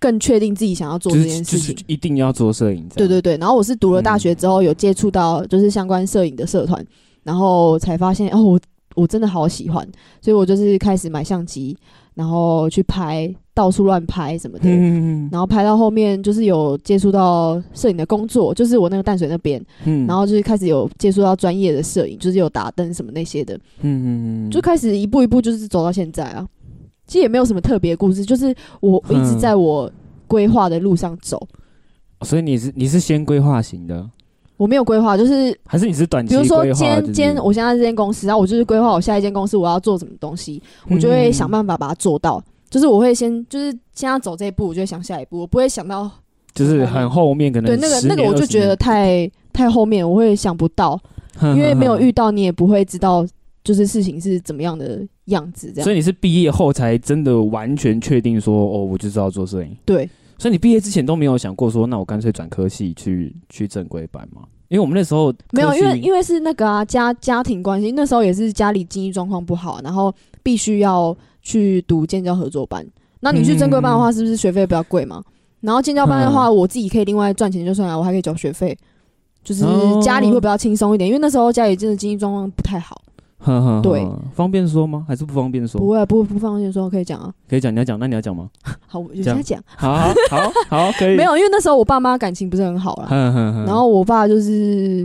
Speaker 3: 更确定自己想要做
Speaker 2: 就
Speaker 3: 这
Speaker 2: 是
Speaker 3: 件
Speaker 2: 就
Speaker 3: 事
Speaker 2: 是
Speaker 3: 情。
Speaker 2: 一定要做摄影这
Speaker 3: 对
Speaker 2: 样，
Speaker 3: 对对，然后我是读了大学之后有接触到就是相关摄影的社团，然后才发现哦，我我真的好喜欢，所以我就是开始买相机，然后去拍，到处乱拍什么的。
Speaker 2: 嗯，
Speaker 3: 然后拍到后面就是有接触到摄影的工作，就是我那个淡水那边，
Speaker 2: 嗯
Speaker 3: 然后就是开始有接触到专业的摄影，就是有打灯什么那些的，
Speaker 2: 嗯嗯嗯，
Speaker 3: 就开始一步一步就是走到现在啊。其实也没有什么特别的故事，就是我一
Speaker 2: 嗯
Speaker 3: 直在我规划的路上走。
Speaker 2: 所以你是你是先规划型的，
Speaker 3: 我没有规划，就是
Speaker 2: 还是你是短期规
Speaker 3: 比如
Speaker 2: 划？
Speaker 3: 说今天
Speaker 2: 就是
Speaker 3: 今天我现在这间公司，然后我就是规划我下一间公司我要做什么东西，我就会
Speaker 2: 嗯
Speaker 3: 想办法把它做到。就是我会先就是先要走这一步，我就会想下一步，我不会想到
Speaker 2: 就是很后面可能
Speaker 3: 对那个
Speaker 2: 10
Speaker 3: 那个我就觉得太太后面，我会想不到，
Speaker 2: 20
Speaker 3: 因为没有遇到你也不会知道就是事情是怎么样的样子这样
Speaker 2: 所。以你是毕业后才真的完全确定说，哦，我就知道做摄影。
Speaker 3: 对，
Speaker 2: 所以你毕业之前都没有想过说，那我干脆转科系去去正规班嘛？因为我们那时候
Speaker 3: 没有，因为因
Speaker 2: 为
Speaker 3: 为是那个啊家家庭关系，那时候也是家里经济状况不好，然后必须要去读建教合作班。那你去正规班的话，是不是学费比较贵嘛？然后建教班的话，我自己可以另外赚钱就算了，我还可以缴学费，就是
Speaker 2: 哦
Speaker 3: 家里会比较轻松一点。因为那时候家里真的经济状况不太好，
Speaker 2: 呵呵呵
Speaker 3: 对
Speaker 2: 方便说吗？还是不方便
Speaker 3: 不
Speaker 2: 说？
Speaker 3: 会不不放心说可以讲啊。
Speaker 2: 可以讲，你要讲，那你要讲吗？
Speaker 3: 好，我有在讲，
Speaker 2: 好好好好，可以。
Speaker 3: 没有，因为那时候我爸妈感情不是很好啦。
Speaker 2: 哼，哼哼
Speaker 3: 然后我爸就是，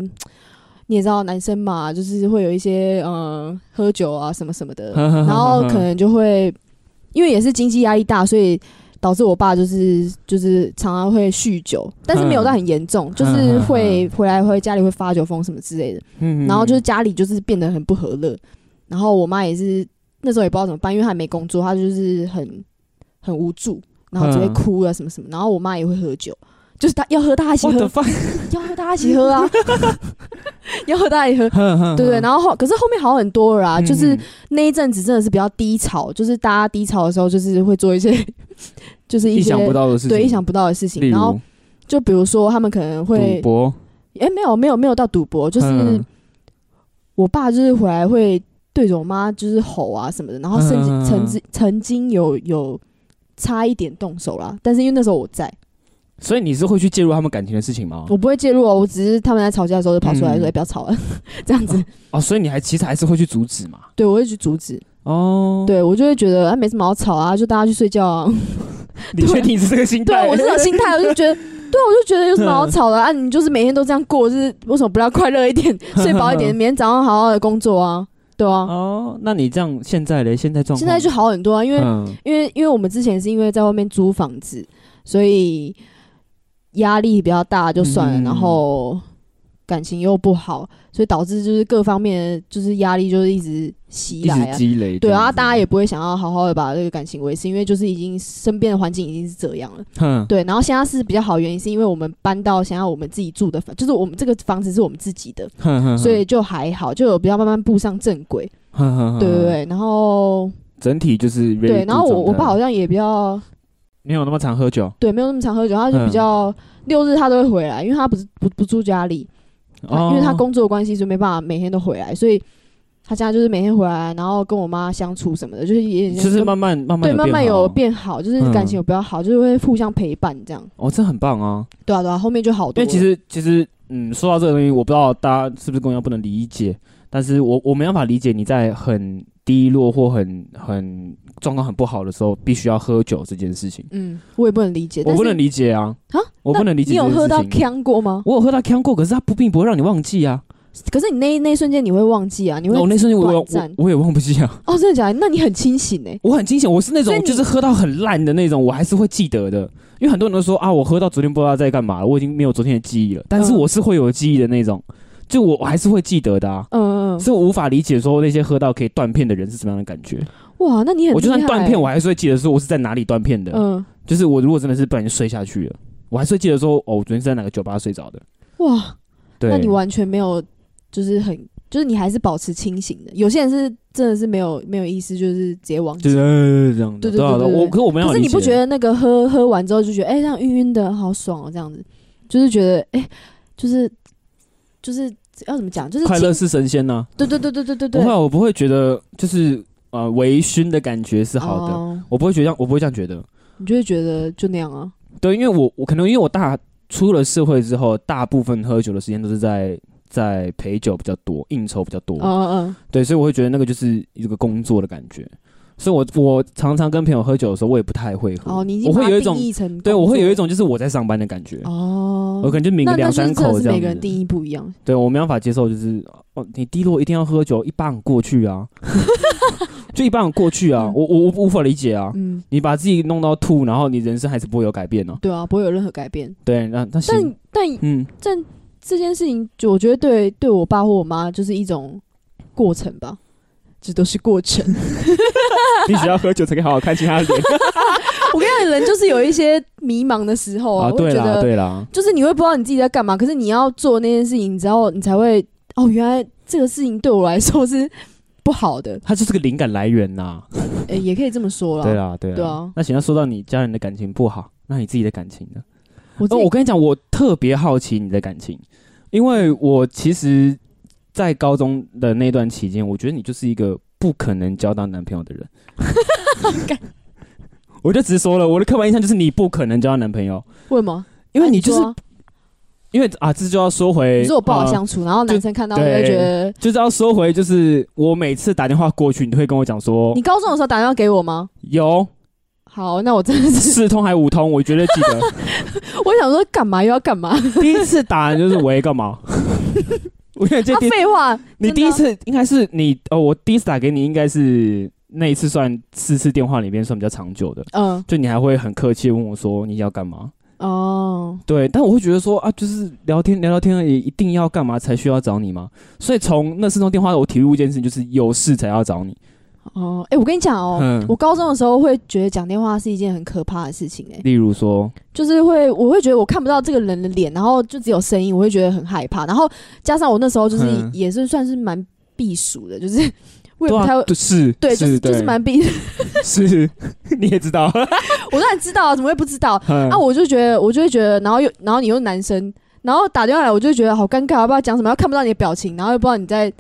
Speaker 3: 你也知道，男生嘛，就是会有一些嗯喝酒啊什么什么的，
Speaker 2: 嗯
Speaker 3: 然后可能就会因为也是经济压力大，所以导致我爸就是就是常常会酗酒，但是没有到很严重，就是会回来会家里会发酒疯什么之类的，
Speaker 2: 嗯
Speaker 3: 然后就是家里就是变得很不和乐，然后我妈也是那时候也不知道怎么办，因为她还没工作，她就是很很无助，然后只会
Speaker 2: 嗯
Speaker 3: 哭啊什么什么，然后我妈也会喝酒。就是她要喝，大家一起
Speaker 2: 我
Speaker 3: 喝 啊
Speaker 2: 的，饭，
Speaker 3: 要喝大家一起喝啊，
Speaker 2: 嗯
Speaker 3: 要喝大家一起喝，对对。然后后可是后面好很多了啊，
Speaker 2: 嗯
Speaker 3: 就是那一阵子真的是比较低潮，就是大家低潮的时候，就是会做一些， 就是一
Speaker 2: 意
Speaker 3: 些
Speaker 2: 想不到的事情，
Speaker 3: 对意想不到的事
Speaker 2: 例
Speaker 3: 情。
Speaker 2: 如
Speaker 3: 然后就比如说他们可能
Speaker 2: 赌
Speaker 3: 会，
Speaker 2: 博，
Speaker 3: 哎，没有没有没有到赌博，就是
Speaker 2: 嗯
Speaker 3: 我爸就是回来会对着我妈就是吼啊什么的，然后甚至
Speaker 2: 嗯嗯嗯嗯
Speaker 3: 曾经曾经有有差一点动手啦，但是因为那时候我在，
Speaker 2: 所以你是会去介入他们感情的事情吗？
Speaker 3: 我不会介入哦，我只是他们在吵架的时候就跑出来说：“
Speaker 2: 嗯
Speaker 3: 哎，不要吵了。” 这样子，
Speaker 2: 哦，所以你还其实还是会去阻止嘛？
Speaker 3: 对我会去阻止，
Speaker 2: 哦，
Speaker 3: 对我就会觉得啊没什么好吵啊，就大家去睡觉啊。
Speaker 2: 你确定是这个心态？
Speaker 3: 对我是这种心态，我就觉 得，对我就觉得有什么好吵的啊？你就是每天都这样过，就是为什么不要快乐一点，睡饱 一点，明天早上好好的工作啊？对啊，
Speaker 2: 哦，那你这样现在嘞？现在状况
Speaker 3: 现在就好很多啊，因为
Speaker 2: 嗯
Speaker 3: 因为因为我们之前是因为在外面租房子，所以压力比较大就算了，
Speaker 2: 嗯
Speaker 3: 然后感情又不好，所以导致就是各方面就是压力就是一直袭
Speaker 2: 一
Speaker 3: 来
Speaker 2: 直
Speaker 3: 啊。
Speaker 2: 积累这样子，
Speaker 3: 对啊，大家也不会想要好好的把这个感情维持，因为就是已经身边的环境已经是这样了。
Speaker 2: 哼
Speaker 3: 对，然后现在是比较好，原因是因为我们搬到想要我们自己住的房，就是我们这个房子是我们自己的，
Speaker 2: 哼嗯哼，
Speaker 3: 所以就还好，就有比较慢慢步上正轨，
Speaker 2: 哼嗯哼哼
Speaker 3: 对对，对。然后
Speaker 2: 整体就是
Speaker 3: 对，然后我我爸好
Speaker 2: 像
Speaker 3: 像也比较
Speaker 2: 没有那么常喝酒
Speaker 3: 对，没有那么常喝酒，他就
Speaker 2: 嗯
Speaker 3: 比较六日他都会回来，因为他不是不不住家里，他
Speaker 2: 哦，
Speaker 3: 因为他工作的关系，所以没办法每天都回来，所以他现在就是每天回来，然后跟我妈相处什么的，就是也有点
Speaker 2: 就
Speaker 3: 像
Speaker 2: 是
Speaker 3: 跟
Speaker 2: 慢慢慢慢
Speaker 3: 对慢慢
Speaker 2: 好啊嗯
Speaker 3: 有变好，就是感情有比较好，就是会互相陪伴这样。
Speaker 2: 哦，这很棒啊！
Speaker 3: 对啊对啊，后面就好
Speaker 2: 因
Speaker 3: 多
Speaker 2: 为
Speaker 3: 了。
Speaker 2: 其实其实嗯，说到这个东西，我不知道大家是不是跟我一样不能理解，但是我我没办法理解你在很低落或很很状况很不好的时候，必须要喝酒这件事情，
Speaker 3: 嗯，我也不能理解，
Speaker 2: 我
Speaker 3: 但
Speaker 2: 不
Speaker 3: 是
Speaker 2: 能理解啊
Speaker 3: 啊！
Speaker 2: 我不
Speaker 3: 那
Speaker 2: 能理解
Speaker 3: 你
Speaker 2: 这
Speaker 3: 有
Speaker 2: 件
Speaker 3: 喝
Speaker 2: 事
Speaker 3: 到
Speaker 2: 情
Speaker 3: can 过吗？
Speaker 2: 我有喝到 can 过，可是它不并不会让你忘记啊。
Speaker 3: 可是你那一那一瞬间你会忘记啊，你会
Speaker 2: 我那瞬间我我
Speaker 3: 短暂
Speaker 2: 我也忘不记啊，
Speaker 3: 哦，真的假的？那你很清醒哎，
Speaker 2: 我很清醒，我是那
Speaker 3: 所以
Speaker 2: 种
Speaker 3: 你
Speaker 2: 就是喝到很烂的那种，我还是会记得的。因为很多人都说啊，我喝到昨天不知道在干嘛，我已经没有昨天的记忆了。但是
Speaker 3: 嗯
Speaker 2: 我是会有记忆的那种，就我我还是会记得的啊。
Speaker 3: 嗯嗯嗯，
Speaker 2: 所以我无法理解说那些喝到可以断片的人是什么样的感 觉。
Speaker 3: 哇，那你很
Speaker 2: 我就算断片，
Speaker 3: 我
Speaker 2: 我还是会记得说我是在哪里断片的。
Speaker 3: 嗯
Speaker 2: 就是我如果真的是不小心睡下去了，我还是会记得说哦，我昨天是在哪个酒吧睡着的。
Speaker 3: 哇，
Speaker 2: 对，
Speaker 3: 那你完全没有就是很就是你还是保持清醒的。有些人是真的是没有没有意思，就是直接忘
Speaker 2: 就
Speaker 3: 记
Speaker 2: 是。呃这样子。
Speaker 3: 对对
Speaker 2: 啊
Speaker 3: 对对对
Speaker 2: 我可是我没有
Speaker 3: 可
Speaker 2: 理解。
Speaker 3: 是你不觉得那个喝喝完之后就觉得哎、这样晕晕的好爽哦，这样子就是觉得哎、就是就是要怎么讲，就是
Speaker 2: 快乐
Speaker 3: 清
Speaker 2: 是神仙呐？
Speaker 3: 对对对对对对
Speaker 2: 不
Speaker 3: 对
Speaker 2: 会啊，我不会觉得就是呃微醺的感觉是好的，
Speaker 3: 哦
Speaker 2: 我不会觉得这样，我不会这样觉得。
Speaker 3: 你就会觉得就那样啊。
Speaker 2: 对，因为我我可能因为我大出了社会之后，大部分喝酒的时间都是在在陪酒比较多，应酬比较多。
Speaker 3: 嗯嗯
Speaker 2: 对，所以我会觉得那个就是一个工作的感觉。所以我我常常跟朋友喝酒的时候，我也不太会
Speaker 3: 嗯，哦，
Speaker 2: 喝，
Speaker 3: 你已经
Speaker 2: 我
Speaker 3: 把
Speaker 2: 会
Speaker 3: 它
Speaker 2: 有一
Speaker 3: 定
Speaker 2: 种
Speaker 3: 义成
Speaker 2: 对我会有一
Speaker 3: 种
Speaker 2: 种就是我在上班的感觉，
Speaker 3: 哦，
Speaker 2: 我可能就抿
Speaker 3: 那
Speaker 2: 个
Speaker 3: 那
Speaker 2: 两
Speaker 3: 就是
Speaker 2: 三
Speaker 3: 真的
Speaker 2: 口
Speaker 3: 是
Speaker 2: 这
Speaker 3: 每
Speaker 2: 样
Speaker 3: 个人
Speaker 2: 子。
Speaker 3: 定义不一样。
Speaker 2: 对我没办法接受，就是哦，你低落一定要喝酒，一棒过去 啊，就一棒过去啊，
Speaker 3: 嗯
Speaker 2: 我我我无法理解啊。
Speaker 3: 嗯，
Speaker 2: 你把自己弄到吐，然后你人生还是不会有改变哦呢、
Speaker 3: 对啊，不会有任何改变。
Speaker 2: 对，那那
Speaker 3: 但
Speaker 2: 行，
Speaker 3: 但
Speaker 2: 嗯，
Speaker 3: 但这件事情，就我觉得对对我爸或我妈就是一种过程吧，这都是过 程。
Speaker 2: 必须要喝酒才可以好好看清他的脸
Speaker 3: 我跟你讲，人就是有一些迷茫的时候
Speaker 2: 啊。
Speaker 3: 我
Speaker 2: 对
Speaker 3: 觉
Speaker 2: 啦，
Speaker 3: 得
Speaker 2: 对啦，
Speaker 3: 就是你会不知道你自己在干嘛，可是你要做那件事情之后，你才会哦，原来这个事情对我来说是不好的，
Speaker 2: 他就是个灵感来源呐、
Speaker 3: 诶，也可以这么说啦。
Speaker 2: 对啦，对啦。
Speaker 3: 对啊
Speaker 2: 那行，那说到你家人的感情不好，那你自己的感情呢？
Speaker 3: 我自
Speaker 2: 哦，
Speaker 3: 己
Speaker 2: 我跟你讲，我特别好奇你的感情，因为我其实，在高中的那段期间，我觉得你就是一个不可能交到男朋友的 人。我就直说了，我的刻板印象就是你不可能交到男朋友，
Speaker 3: 为什么？
Speaker 2: 因为
Speaker 3: 啊
Speaker 2: 你
Speaker 3: 你
Speaker 2: 就是、
Speaker 3: 说啊
Speaker 2: 因为啊，这就要说回，
Speaker 3: 你说我不好
Speaker 2: 呃
Speaker 3: 相处，然后
Speaker 2: 就
Speaker 3: 男生看到就会觉得，
Speaker 2: 就是要说回，就是我每次打电话过去，你都会跟我讲说
Speaker 3: 你高中的时候打电话给我吗？
Speaker 2: 有
Speaker 3: 好，那我真的是，
Speaker 2: 四通还五通，我绝对记得。
Speaker 3: 我想说干嘛又要干嘛？啊，
Speaker 2: 第一次打就是喂干 嘛？我跟你讲，第一
Speaker 3: 废话，
Speaker 2: 你
Speaker 3: 真的
Speaker 2: 第一次应该是你哦，我第一次打给你应该是那一次算四次电话里面算比较长久的，
Speaker 3: 嗯
Speaker 2: 就你还会很客气地问我说你要干嘛？
Speaker 3: 哦，
Speaker 2: 对，但我会觉得说啊，就是聊天聊聊天而已，一定要干嘛才需要找你吗？所以从那四通电话，我体悟一件事情，就是有事才要找你。
Speaker 3: 哦，哎、我跟你讲哦，
Speaker 2: 嗯
Speaker 3: 我高中的时候会觉得讲电话是一件很可怕的事情、哎，
Speaker 2: 例如说，
Speaker 3: 就是会，我会觉得我看不到这个人的脸，然后就只有声音，我会觉得很害怕。然后加上我那时候就是
Speaker 2: 嗯
Speaker 3: 也是算是蛮避暑的，就是 我
Speaker 2: 对
Speaker 3: 也不太
Speaker 2: 啊
Speaker 3: 会，。
Speaker 2: 对是，
Speaker 3: 对，就是是就是蛮避，
Speaker 2: 是，你也知道
Speaker 3: 我当然知道啊，怎么会不知道？啊，
Speaker 2: 啊，
Speaker 3: 我就觉得，我就会觉得，然后又，然后你又男生，然后打电话来，我就觉得好尴尬，不知道讲什么，又看不到你的表情，然后又不知道你在，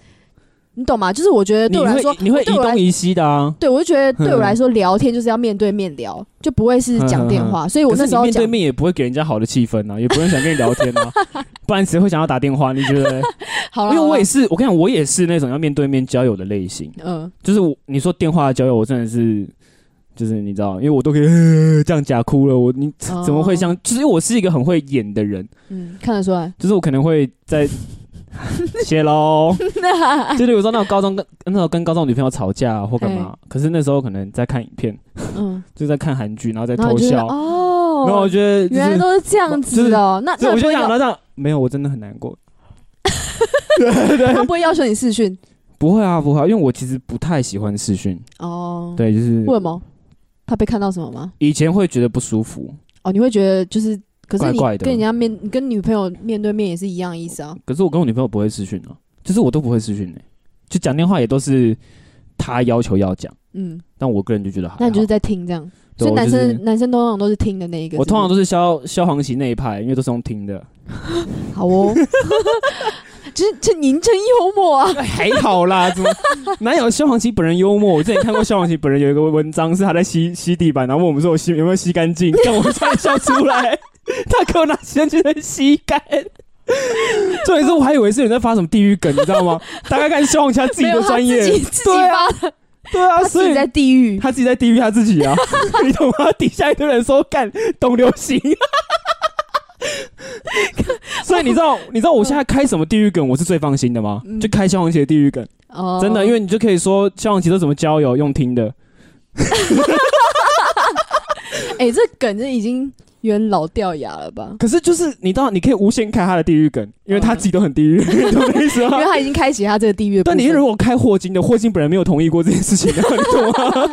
Speaker 3: 你懂吗？就是我觉得
Speaker 2: 你
Speaker 3: 对我来说
Speaker 2: 会，你会移
Speaker 3: 对我来
Speaker 2: 东移西的啊。
Speaker 3: 对我就觉得对我
Speaker 2: 嗯
Speaker 3: 来说，聊天就是要面对面聊，就不会是讲电话。所以我
Speaker 2: 可
Speaker 3: 那
Speaker 2: 是
Speaker 3: 时
Speaker 2: 你
Speaker 3: 候
Speaker 2: 面
Speaker 3: 讲
Speaker 2: 对，面也不会给人家好的气氛啊，也不会想跟你聊天 啊，不然谁会想要打电话？你觉得嘞？
Speaker 3: 好了，
Speaker 2: 因为我也
Speaker 3: 是，
Speaker 2: 是，我跟你讲，我也是那种要面对面交友的类型。
Speaker 3: 嗯，
Speaker 2: 就是我，你说电话交友，我真的是，就是你知道，因为我都可以、呃、这样假哭了。我你
Speaker 3: 哦
Speaker 2: 怎么会像？就是因为我是一个很会演的人，
Speaker 3: 嗯，看得出 来。
Speaker 2: 就是我可能会 在谢喽。
Speaker 3: 那
Speaker 2: 就比如说那种高中跟那时候跟高中女朋友吵架、啊或干嘛，可是那时候可能在看影片，
Speaker 3: 嗯，
Speaker 2: 就在看韩剧，然后在
Speaker 3: 然后
Speaker 2: 偷
Speaker 3: 你就觉得
Speaker 2: 笑。
Speaker 3: 哦，
Speaker 2: 然后我觉得、就是，
Speaker 3: 原来都是这样子哦。那
Speaker 2: 所以
Speaker 3: 那
Speaker 2: 我
Speaker 3: 不
Speaker 2: 就
Speaker 3: 会
Speaker 2: 想
Speaker 3: 要
Speaker 2: 到这样，没有，我真的很难过。
Speaker 3: 他不会要求你试训
Speaker 2: 不会啊，不会、啊，因为我其实不太喜欢视讯，
Speaker 3: 哦。，
Speaker 2: 对，就是
Speaker 3: 为什么？他被看到什么吗？
Speaker 2: 以前会觉得不舒服，
Speaker 3: 哦，你会觉得就是，可是你
Speaker 2: 怪怪的
Speaker 3: 跟人家面，你跟女朋友面对面也是一样的意思啊。
Speaker 2: 可是我跟我女朋友不会视讯啊，就是我都不会视讯呢、欸就讲电话也都是她要求要讲，
Speaker 3: 嗯，
Speaker 2: 但我个人就觉得还好。
Speaker 3: 那你就是在听这样，
Speaker 2: 对
Speaker 3: 所以
Speaker 2: 我
Speaker 3: 男
Speaker 2: 就是
Speaker 3: 生男生通常都是听的那一个。
Speaker 2: 我通常
Speaker 3: 都
Speaker 2: 都是消消黄旗那一派，因为都是用听的，
Speaker 3: 好哦， 这这您真幽默啊！
Speaker 2: 哎还好啦，怎么哪有消黄旗本人幽默？我之前看过消黄旗本人有一个文章，是他在吸 吸地板，然后问我们说我吸有没有吸干净， 但我差点笑出来，他给我拿吸尘器在吸干。重点是我还以为是有人在发什么地狱梗，你知 道吗？大概看消防旗他自己
Speaker 3: 没有
Speaker 2: 的
Speaker 3: 他
Speaker 2: 专业
Speaker 3: 自 己，自己
Speaker 2: 对啊，
Speaker 3: 发的，
Speaker 2: 对啊，
Speaker 3: 他
Speaker 2: 所
Speaker 3: 自己
Speaker 2: 以
Speaker 3: 在地狱。
Speaker 2: 他自己在 地狱他自己啊，你懂吗？底下一堆人说干懂流行， 所以你知道，你知道我现在开什么地狱梗，我是最放心的吗？
Speaker 3: 嗯
Speaker 2: 就开消防旗的地狱梗，
Speaker 3: 哦，
Speaker 2: 真的，因为你就可以说消防旗都怎么交友用听的，
Speaker 3: 哎、这梗这已经有点老掉牙了吧？
Speaker 2: 可是就是你到你可以无限开他的地狱梗，因为他自己都很 地狱，你懂我的意思
Speaker 3: 因为
Speaker 2: 吗？
Speaker 3: 他已经开启他这个地狱的部
Speaker 2: 但
Speaker 3: 分。
Speaker 2: 你如果开霍金的，霍金本人没有同意过这件事情的，你懂 吗？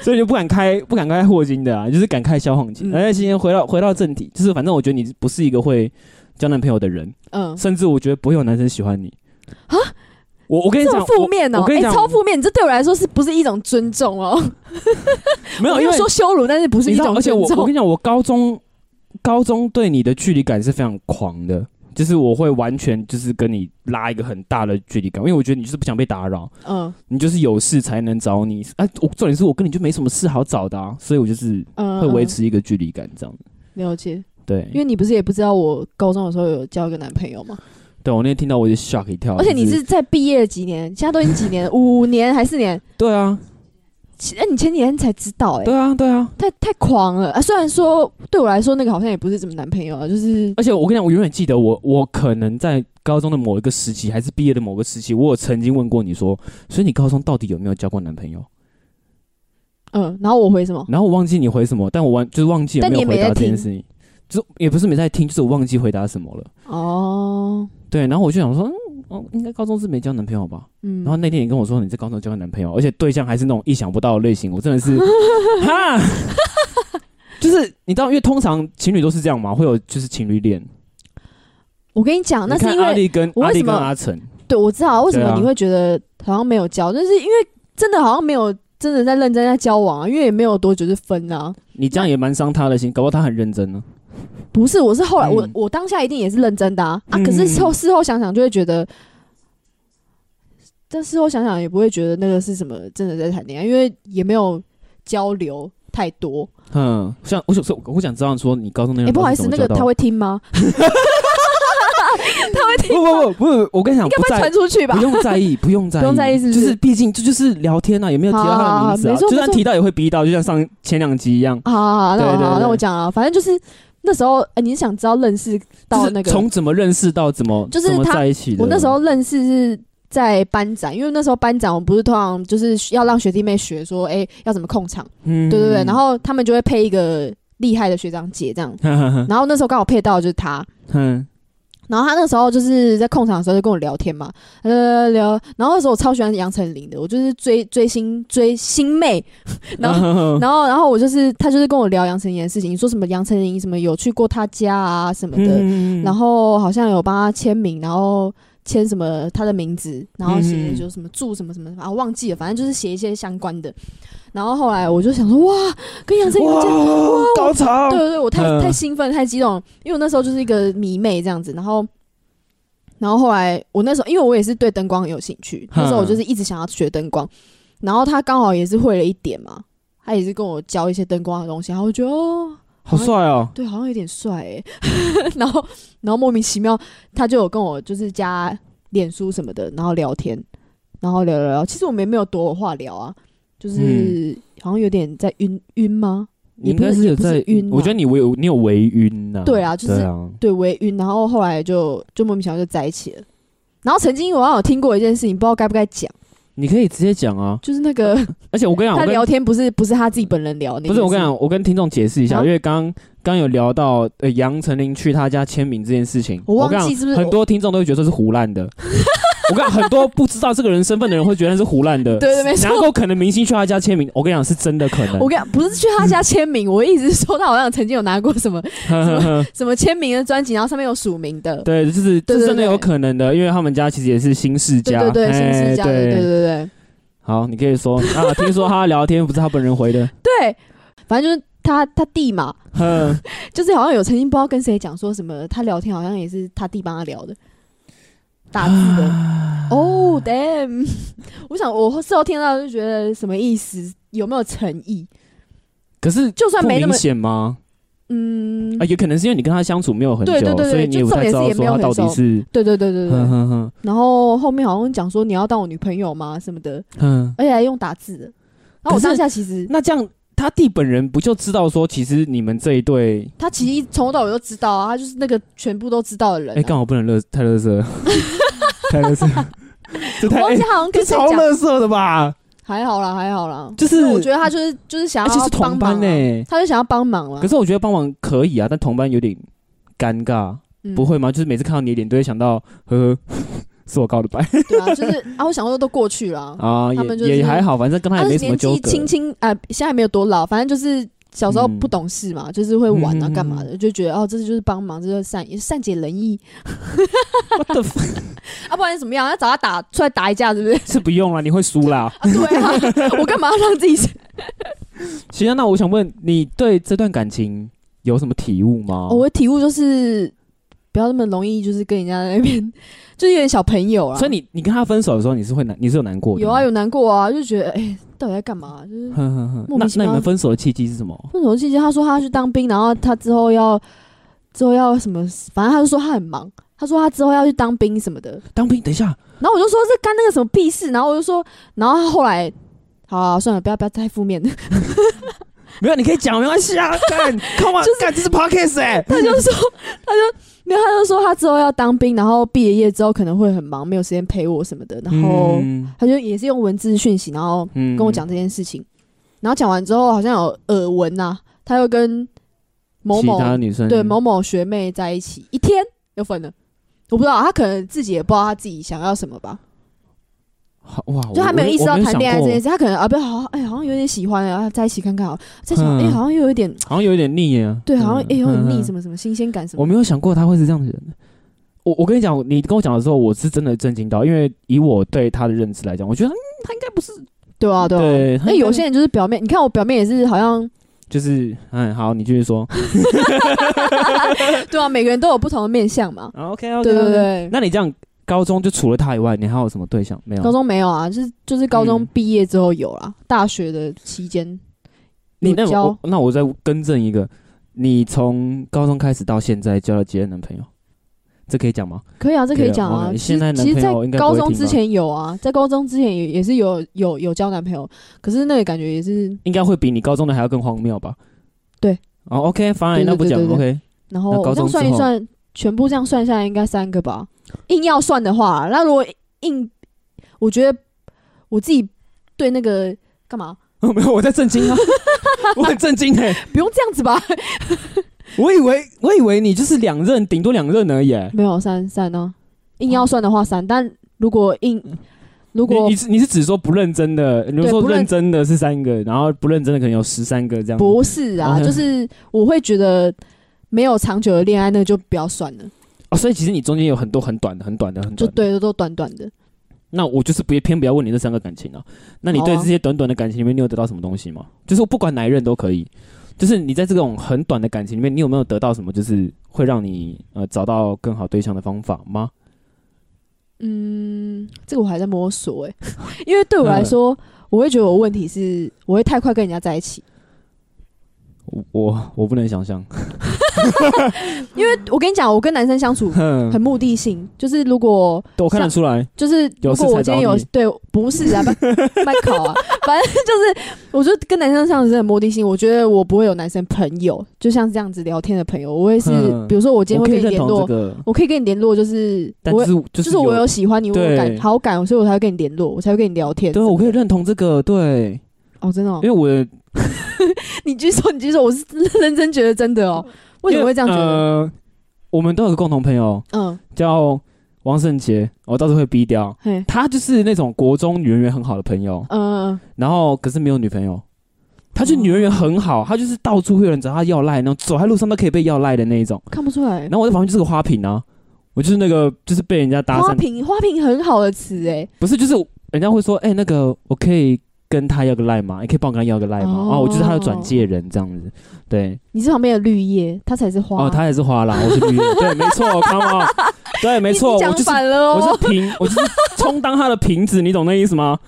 Speaker 2: 所以就不敢开，不敢开霍金的啊，就是敢开消防旗。
Speaker 3: 嗯
Speaker 2: 哎、今天回到回到正题，就是反正我觉得你不是一个会交男朋友的人，
Speaker 3: 嗯，
Speaker 2: 甚至我觉得不会有男生喜欢你啊。我我跟你
Speaker 3: 这
Speaker 2: 讲，
Speaker 3: 么负面哦、
Speaker 2: 我我跟
Speaker 3: 哎、
Speaker 2: 你讲
Speaker 3: 超负面，这对我来说是不是一种尊重哦、
Speaker 2: 没有，
Speaker 3: 我
Speaker 2: 因
Speaker 3: 又
Speaker 2: 为
Speaker 3: 说羞辱，但是不是
Speaker 2: 你
Speaker 3: 一
Speaker 2: 知道，
Speaker 3: 种
Speaker 2: 而且
Speaker 3: 尊
Speaker 2: 我我
Speaker 3: 重
Speaker 2: 跟你。讲，我高中高中对你的距离感是非常狂的，就是我会完全就是跟你拉一个很大的距离感，因为我觉得你就是不想被打扰，
Speaker 3: 嗯
Speaker 2: 你就是有事才能找你。哎、我重点是我跟你就没什么事好找的啊，所以我就是
Speaker 3: 嗯，
Speaker 2: 会维
Speaker 3: 嗯
Speaker 2: 持一个距离感这样子。
Speaker 3: 了解，
Speaker 2: 对，
Speaker 3: 因为你不是也不知道我高中的时候有交一个男朋友吗？
Speaker 2: 对我那天听到我就吓一跳，
Speaker 3: 而且你
Speaker 2: 哦就是
Speaker 3: 在毕业几年，现在都已经几年，五年还是四年？
Speaker 2: 对啊，
Speaker 3: 其哎，你前几天才知道、哎，
Speaker 2: 对啊，对啊。
Speaker 3: 太太狂了啊！虽然说对我来说那个好像也不是什么男朋友啊，就是
Speaker 2: 而且我跟你讲，我永远记得我，我可能在高中的某一个时期，还是毕业的某个时期，我有曾经问过你说，所以你高中到底有没有交过男朋友？
Speaker 3: 嗯，然后我回什么？
Speaker 2: 然后我忘记你回什么，但我忘就是忘记有
Speaker 3: 但
Speaker 2: 没
Speaker 3: 你
Speaker 2: 有
Speaker 3: 也
Speaker 2: 回
Speaker 3: 没
Speaker 2: 答
Speaker 3: 在
Speaker 2: 这件
Speaker 3: 听
Speaker 2: 事情，就也不是没在听，就是我忘记回答什么了。
Speaker 3: 哦，
Speaker 2: 对，然后我就想说，嗯，哦，应该高中是没交男朋友吧？
Speaker 3: 嗯，
Speaker 2: 然后那天你跟我说你在高中交个男朋友，而且对象还是那种意想不到的类型，我真的 是哈，就是你知道，因为通常情侣都是这样嘛，会有就是情侣恋。
Speaker 3: 我跟你讲，哦那
Speaker 2: 你
Speaker 3: 是
Speaker 2: 看
Speaker 3: 因
Speaker 2: 阿
Speaker 3: 为
Speaker 2: 丽跟
Speaker 3: 我为
Speaker 2: 阿丽
Speaker 3: 什
Speaker 2: 跟
Speaker 3: 么
Speaker 2: 阿成，
Speaker 3: 对我知道为什
Speaker 2: 对
Speaker 3: 么
Speaker 2: 啊
Speaker 3: 你会觉得好像没有交，但是因为真的好像没有真的在认真在交往啊，因为也没有多久就分啊。
Speaker 2: 你这样也蛮伤他的心，搞不好他很认真呢、
Speaker 3: 不是，我是后来、我
Speaker 2: 嗯
Speaker 3: 我当下一定也是认真的啊，啊
Speaker 2: 嗯
Speaker 3: 可是事后事后想想就会觉得，但事后想想也不会觉得那个是什么真的在谈恋爱，因为也没有交流太多。
Speaker 2: 嗯，像我想说，我想知道说你高中那
Speaker 3: 哎、
Speaker 2: 个
Speaker 3: 不好意思，那个他会 听吗？
Speaker 2: 不不不不，我跟你讲，
Speaker 3: 该
Speaker 2: 不
Speaker 3: 不会
Speaker 2: 在
Speaker 3: 传出去吧
Speaker 2: 不？用在意，不用在意，
Speaker 3: 不用在意是不是
Speaker 2: 就是毕竟这就是聊天啊，也没有提到他的名字啊，
Speaker 3: 好好好没错
Speaker 2: 就算
Speaker 3: 没错
Speaker 2: 提到也会逼到，就像上前两集一样，
Speaker 3: 好好好，那我
Speaker 2: 对对
Speaker 3: 好，
Speaker 2: 对
Speaker 3: 那我讲啊，反正就是那时候，哎、你是想知道认识到
Speaker 2: 就
Speaker 3: 那个
Speaker 2: 是从怎么认识到怎么
Speaker 3: 就是
Speaker 2: 怎么
Speaker 3: 他
Speaker 2: 在一起的。
Speaker 3: 我那时候认识是在班长，因为那时候班长我们不是通常就是要让学弟妹学说，哎、要怎么控场，
Speaker 2: 嗯，
Speaker 3: 对对对，然
Speaker 2: 后
Speaker 3: 后他们就会配一个厉害的学长姐这样，然后那时候刚好配到的就是他。
Speaker 2: 嗯，
Speaker 3: 然后他那时候就是在控场的时候就跟我聊天嘛，呃聊，然后那时候我超喜欢杨丞琳的，我就是追追星追星妹， 然后
Speaker 2: 后
Speaker 3: 然后，然后我就是他就是跟我聊杨丞琳的事情，说什么杨丞琳什么有去过他家啊
Speaker 2: 嗯
Speaker 3: 什么的，然
Speaker 2: 后
Speaker 3: 后好像有帮他签名，然后签什么他的名字，然后写
Speaker 2: 嗯
Speaker 3: 就什么住什么什么啊忘记了，反正就是写一些相关的。然后后来我就想说，哇，跟杨丞琳这样，
Speaker 2: 嗯哇高潮
Speaker 3: 对，对对，我太、
Speaker 2: 嗯
Speaker 3: 太兴奋太激动了，因为我那时候就是一个迷妹这样子，然后。然后后来，我那时候因为我也是对灯光很有兴趣，那时候我就是一直想要学灯光，然后他刚好也是会了一点嘛，他也是跟我教一些灯光的东西，然后我觉得哦，
Speaker 2: 好帅哦，
Speaker 3: 对，好像有点帅哎、 然后，然后莫名其妙，他就有跟我就是加脸书什么的，然后聊天，然后聊聊聊。其实我们也没有多话聊啊，就是、
Speaker 2: 嗯
Speaker 3: 好像有点在晕晕吗？
Speaker 2: 你
Speaker 3: 也
Speaker 2: 应
Speaker 3: 不
Speaker 2: 该
Speaker 3: 是
Speaker 2: 是有
Speaker 3: 也不是
Speaker 2: 在
Speaker 3: 晕啊
Speaker 2: 我觉得你微你有微晕呐，
Speaker 3: 对啊就是
Speaker 2: 对啊，
Speaker 3: 对，我也晕。然后后来就就莫名其妙就在一起了。然后曾经我好像有听过一件事情，不知道该不该讲，
Speaker 2: 你可以直接讲啊，
Speaker 3: 就是那个
Speaker 2: 而且我跟你讲，
Speaker 3: 他
Speaker 2: 我跟
Speaker 3: 聊天不是不是他自己本人聊的那
Speaker 2: 不是我跟你
Speaker 3: 件事，
Speaker 2: 讲，我跟听众解释一下，
Speaker 3: 啊
Speaker 2: 因为刚刚有聊到呃杨丞琳去他家签名这件事情，
Speaker 3: 我忘记
Speaker 2: 跟你讲
Speaker 3: 是不是
Speaker 2: 很多听众都会觉得这是胡乱 的。我跟你讲，很多不知道这个人身份的人会觉得那是胡乱的。
Speaker 3: 对对没错
Speaker 2: 然后可能明星去他家签名，我跟你讲是真的可能。
Speaker 3: 我跟你讲，不是去他家签名，我一直说他好像曾经有拿过什么
Speaker 2: 呵呵呵
Speaker 3: 什么签名的专辑，然后上面有署名的，
Speaker 2: 对，就是
Speaker 3: 对对
Speaker 2: 这
Speaker 3: 对
Speaker 2: 真的有可能的，因为他们家其实也是新世
Speaker 3: 对
Speaker 2: 家，
Speaker 3: 对对，新
Speaker 2: 哎
Speaker 3: 世家的，对对对对。
Speaker 2: 好，你可以说啊，听说他聊天不是他本人回的，
Speaker 3: 对，反正就是他他弟嘛，
Speaker 2: 哼，
Speaker 3: 就是好像有曾经不知道跟谁讲说什么，他聊天好像也是他弟帮他聊的，打字的。
Speaker 2: 啊
Speaker 3: 哦、d a m n 我想我事后听到就觉得什么意思，有没有诚意？
Speaker 2: 可是
Speaker 3: 就算
Speaker 2: 不
Speaker 3: 没那
Speaker 2: 明
Speaker 3: 么，
Speaker 2: 显吗？
Speaker 3: 嗯，
Speaker 2: 啊，也可能是因为你跟他相处没有很久，
Speaker 3: 对对对对
Speaker 2: 所以你也不太知道
Speaker 3: 就重点是也
Speaker 2: 说
Speaker 3: 没有
Speaker 2: 他
Speaker 3: 很
Speaker 2: 到
Speaker 3: 熟
Speaker 2: 底是。
Speaker 3: 对对对对对。
Speaker 2: 嗯哼哼哼
Speaker 3: 然后后面好像讲说你要当我女朋友吗什么的，
Speaker 2: 哼，
Speaker 3: 而且还用打字的。然后
Speaker 2: 可
Speaker 3: 我
Speaker 2: 是
Speaker 3: 当下其实
Speaker 2: 嗯那这样他弟本人不就知道说，其实你们这一对，
Speaker 3: 他其实一从头到尾都知道啊，他就是那个全部都知道的人、啊。
Speaker 2: 哎，刚好不能乐太乐 色，太乐色，这太
Speaker 3: 我忘
Speaker 2: 哎
Speaker 3: 记好像
Speaker 2: 这
Speaker 3: 跟谁
Speaker 2: 超
Speaker 3: 讲，
Speaker 2: 乐色的吧？
Speaker 3: 还好啦，还好啦。
Speaker 2: 就是
Speaker 3: 我觉得他就是就是想
Speaker 2: 而且
Speaker 3: 要
Speaker 2: 是同
Speaker 3: 帮忙
Speaker 2: 班
Speaker 3: 啊、
Speaker 2: 呢，
Speaker 3: 他就想要帮忙了
Speaker 2: 可。是我觉得帮忙可以啊，但同班有点尴尬，
Speaker 3: 嗯
Speaker 2: 不会吗？就是每次看到你的脸，都会想到呵呵，是我告的白
Speaker 3: 对啊，就是啊，我想说都过去了。
Speaker 2: 啊，
Speaker 3: 他们就
Speaker 2: 也也
Speaker 3: 是
Speaker 2: 还好，反正跟他
Speaker 3: 他
Speaker 2: 也没
Speaker 3: 是
Speaker 2: 什么
Speaker 3: 年
Speaker 2: 纠
Speaker 3: 纪
Speaker 2: 葛。
Speaker 3: 轻轻啊，现在没有多老，反正就是小时候
Speaker 2: 嗯
Speaker 3: 不懂事嘛，就是会玩啊，
Speaker 2: 嗯嗯嗯
Speaker 3: 干嘛的，就觉得哦，这就是帮忙，这就是善善解人意
Speaker 2: What the fuck？
Speaker 3: 啊，不然怎么样？要找他打出来打一架，是不 是？
Speaker 2: 是不用了，你会输啦。
Speaker 3: 啊，对 啊，我干嘛要让自己
Speaker 2: 行啊，那我想问你对这段感情有什么体悟吗？
Speaker 3: 哦我的体悟就是不要那么容易，就是跟人家在那边，就是有点小朋友啊。
Speaker 2: 所以你你跟他分手的时候，你是会难，你是有难过的
Speaker 3: 有
Speaker 2: 吗
Speaker 3: 啊，有难过啊，就觉得哎、到底在干嘛？就是
Speaker 2: 哼哼哼
Speaker 3: 莫
Speaker 2: 那
Speaker 3: 名其
Speaker 2: 那
Speaker 3: 妙
Speaker 2: 你们分手的契机是什么？
Speaker 3: 分手期间，他说他去当兵，然后他之后要之后要什么，反正他就说他很忙，他说他之后要去当兵什么的。
Speaker 2: 当兵？等一下，
Speaker 3: 然后我就说这干那个什么屁事，然后我就说，然后他后来。好、啊，算了，不要不要太负面 了。
Speaker 2: 没有，你可以讲，没关系啊。 干，Come on，干，这是 podcast 哎。
Speaker 3: 他就说，他就没有，他就说他之后要当兵，然后毕了业之后可能会很忙，没有时间陪我什么的。然后
Speaker 2: 嗯
Speaker 3: 他就也是用文字讯息，然后
Speaker 2: 嗯
Speaker 3: 跟我讲这件事情。然后讲完之后，好像有耳闻呐、他又跟某
Speaker 2: 其
Speaker 3: 某
Speaker 2: 他女生
Speaker 3: 对某某学妹在一起一天就分了。我不知道，他可能自己也不知道他自己想要什么吧，
Speaker 2: 好哇，
Speaker 3: 就哦他没有意识到谈恋爱这件
Speaker 2: 事，
Speaker 3: 事，他可能啊，不好像，哎，好像有点喜欢啊，在一起看看好了，在想，
Speaker 2: 嗯
Speaker 3: 哎，好像又有点，
Speaker 2: 好像有点腻啊嗯耶。
Speaker 3: 对，好像哎，有点腻，什
Speaker 2: 么？
Speaker 3: 么什么新鲜感什
Speaker 2: 我
Speaker 3: 么，
Speaker 2: 没有想过他会是这样的人。我我跟你讲，你跟我讲的时候，我是真的震惊到，因为以我对他的认知来讲，我觉得嗯他应该不是，
Speaker 3: 对啊，对
Speaker 2: 对
Speaker 3: 啊。
Speaker 2: 他
Speaker 3: 那
Speaker 2: 应该
Speaker 3: 有些人就是表面，你看我表面也是好 像，
Speaker 2: 就是嗯，好，你继续 说。
Speaker 3: 对啊，每个人都有不同的面相嘛，
Speaker 2: OK
Speaker 3: 哦对对对。
Speaker 2: 那你这样，高中就除了他以外，你还有什么对象没有？
Speaker 3: 高中没有啊，就是就是高中
Speaker 2: 嗯
Speaker 3: 毕业之后有啦，大学的期间
Speaker 2: 你
Speaker 3: 有
Speaker 2: 那
Speaker 3: 交
Speaker 2: 我那我再更正一个，你从高中开始到现在交了几任男朋友？这可以讲吗？
Speaker 3: 可以啊，这可以讲啊
Speaker 2: 对。啊
Speaker 3: 其
Speaker 2: 现在
Speaker 3: 实
Speaker 2: 男
Speaker 3: 其实，
Speaker 2: 朋
Speaker 3: 在
Speaker 2: 友应该不会
Speaker 3: 高中
Speaker 2: 听吧
Speaker 3: 之前有啊，在高中之前也也是有有有交男朋友，可是那个感觉也是，
Speaker 2: 应该会比你高中的还要更荒谬吧？
Speaker 3: 对。
Speaker 2: 哦，OK，方案
Speaker 3: 对对
Speaker 2: 那不讲
Speaker 3: 对对
Speaker 2: OK。
Speaker 3: 然后
Speaker 2: 那高
Speaker 3: 这
Speaker 2: 中
Speaker 3: 样算
Speaker 2: 之
Speaker 3: 一
Speaker 2: 后
Speaker 3: 算，全部这样算下来应该三个吧。硬要算的话，那如果硬，我觉得我自己对那个干嘛
Speaker 2: 没有，我在震惊啊，我很震惊哎，
Speaker 3: 不用这样子吧？
Speaker 2: 我以为我以为你就是两任，顶多两任而已欸。
Speaker 3: 没有三三呢、硬要算的话三，但如果硬如
Speaker 2: 嗯你
Speaker 3: 果
Speaker 2: 你是你是指说不认真的，你
Speaker 3: 对
Speaker 2: 说
Speaker 3: 不认
Speaker 2: 认真的是三个，然后不认真的可能有十三个这样子。
Speaker 3: 不是啊，
Speaker 2: OK
Speaker 3: 就是我会觉得没有长久的恋爱，那就不要算了，
Speaker 2: 哦，所以其实你中间有很多很短的、很短的、很
Speaker 3: 就
Speaker 2: 短的。
Speaker 3: 对，都短短的。
Speaker 2: 那我就是不偏不要问你这三个感情啊。那你
Speaker 3: 哦
Speaker 2: 对这些短短的感情里面，你有得到什么东西吗？就是不管哪一任都可以，就是你在这种很短的感情里面，你有没有得到什么，就是会让你呃找到更好对象的方法吗？
Speaker 3: 嗯，这个我还在摸索哎、 因为对我来说，
Speaker 2: 嗯
Speaker 3: 我会觉得我问题是我会太快跟人家在一起，
Speaker 2: 我我我不能想象，
Speaker 3: 因为我跟你讲，我跟男生相处
Speaker 2: 嗯
Speaker 3: 很目的性，就是如果
Speaker 2: 对我看得出来，
Speaker 3: 就是如
Speaker 2: 有事
Speaker 3: 果
Speaker 2: 才
Speaker 3: 我
Speaker 2: 找
Speaker 3: 今天有
Speaker 2: 你
Speaker 3: 对不是 啊，麦麦考啊，反正就是我就跟男生相处是很目的性，我觉得我不会有男生朋友，就像这样子聊天的朋友，我会是
Speaker 2: 嗯
Speaker 3: 比如说我今天
Speaker 2: 我
Speaker 3: 会
Speaker 2: 可以
Speaker 3: 跟你
Speaker 2: 认同
Speaker 3: 联
Speaker 2: 这，
Speaker 3: 络
Speaker 2: 个，
Speaker 3: 我可以跟你联络，就是
Speaker 2: 但
Speaker 3: 我
Speaker 2: 就
Speaker 3: 会
Speaker 2: 是就
Speaker 3: 就是我有喜欢你，我有感
Speaker 2: 对
Speaker 3: 好感，所以我才会跟你联络，我才会跟你聊天。
Speaker 2: 对，啊我可以认同这个，对，
Speaker 3: 哦，真的、哦
Speaker 2: 因，为我的
Speaker 3: 你继续说，你继续说，我是认真觉得真的哦。为什么会这样觉
Speaker 2: 因为
Speaker 3: 得？
Speaker 2: 呃，我们都有个共同朋友
Speaker 3: 嗯，
Speaker 2: 叫王圣杰，我到时候会逼掉。
Speaker 3: 嘿，
Speaker 2: 他就是那种国中女人缘很好的朋友，
Speaker 3: 嗯，
Speaker 2: 然后可是没有女朋友。
Speaker 3: 哦
Speaker 2: 他就女人缘很好，他就是到处会有人找他要赖，然后走在路上都可以被要赖的那一种。
Speaker 3: 看不出来
Speaker 2: 然。后我在旁边就是个花瓶啊，我就是那个就是被人家搭
Speaker 3: 花
Speaker 2: 讪，
Speaker 3: 瓶，花瓶很好的词哎，
Speaker 2: 不是就是人家会说，哎、那个我可以跟他要个赖吗？你可以帮我跟他要个赖吗？
Speaker 3: 哦
Speaker 2: 哦，我就是他的转介人这样子。对，
Speaker 3: 你是旁边的绿叶，它才是花。
Speaker 2: 哦，他也是花啦，我是绿 叶，对，没错，come on，对，没
Speaker 3: 你
Speaker 2: 错，
Speaker 3: 你
Speaker 2: 我
Speaker 3: 讲
Speaker 2: 就是
Speaker 3: 反了哦。
Speaker 2: 我是瓶，我就是充当他的瓶子，你懂那意思吗？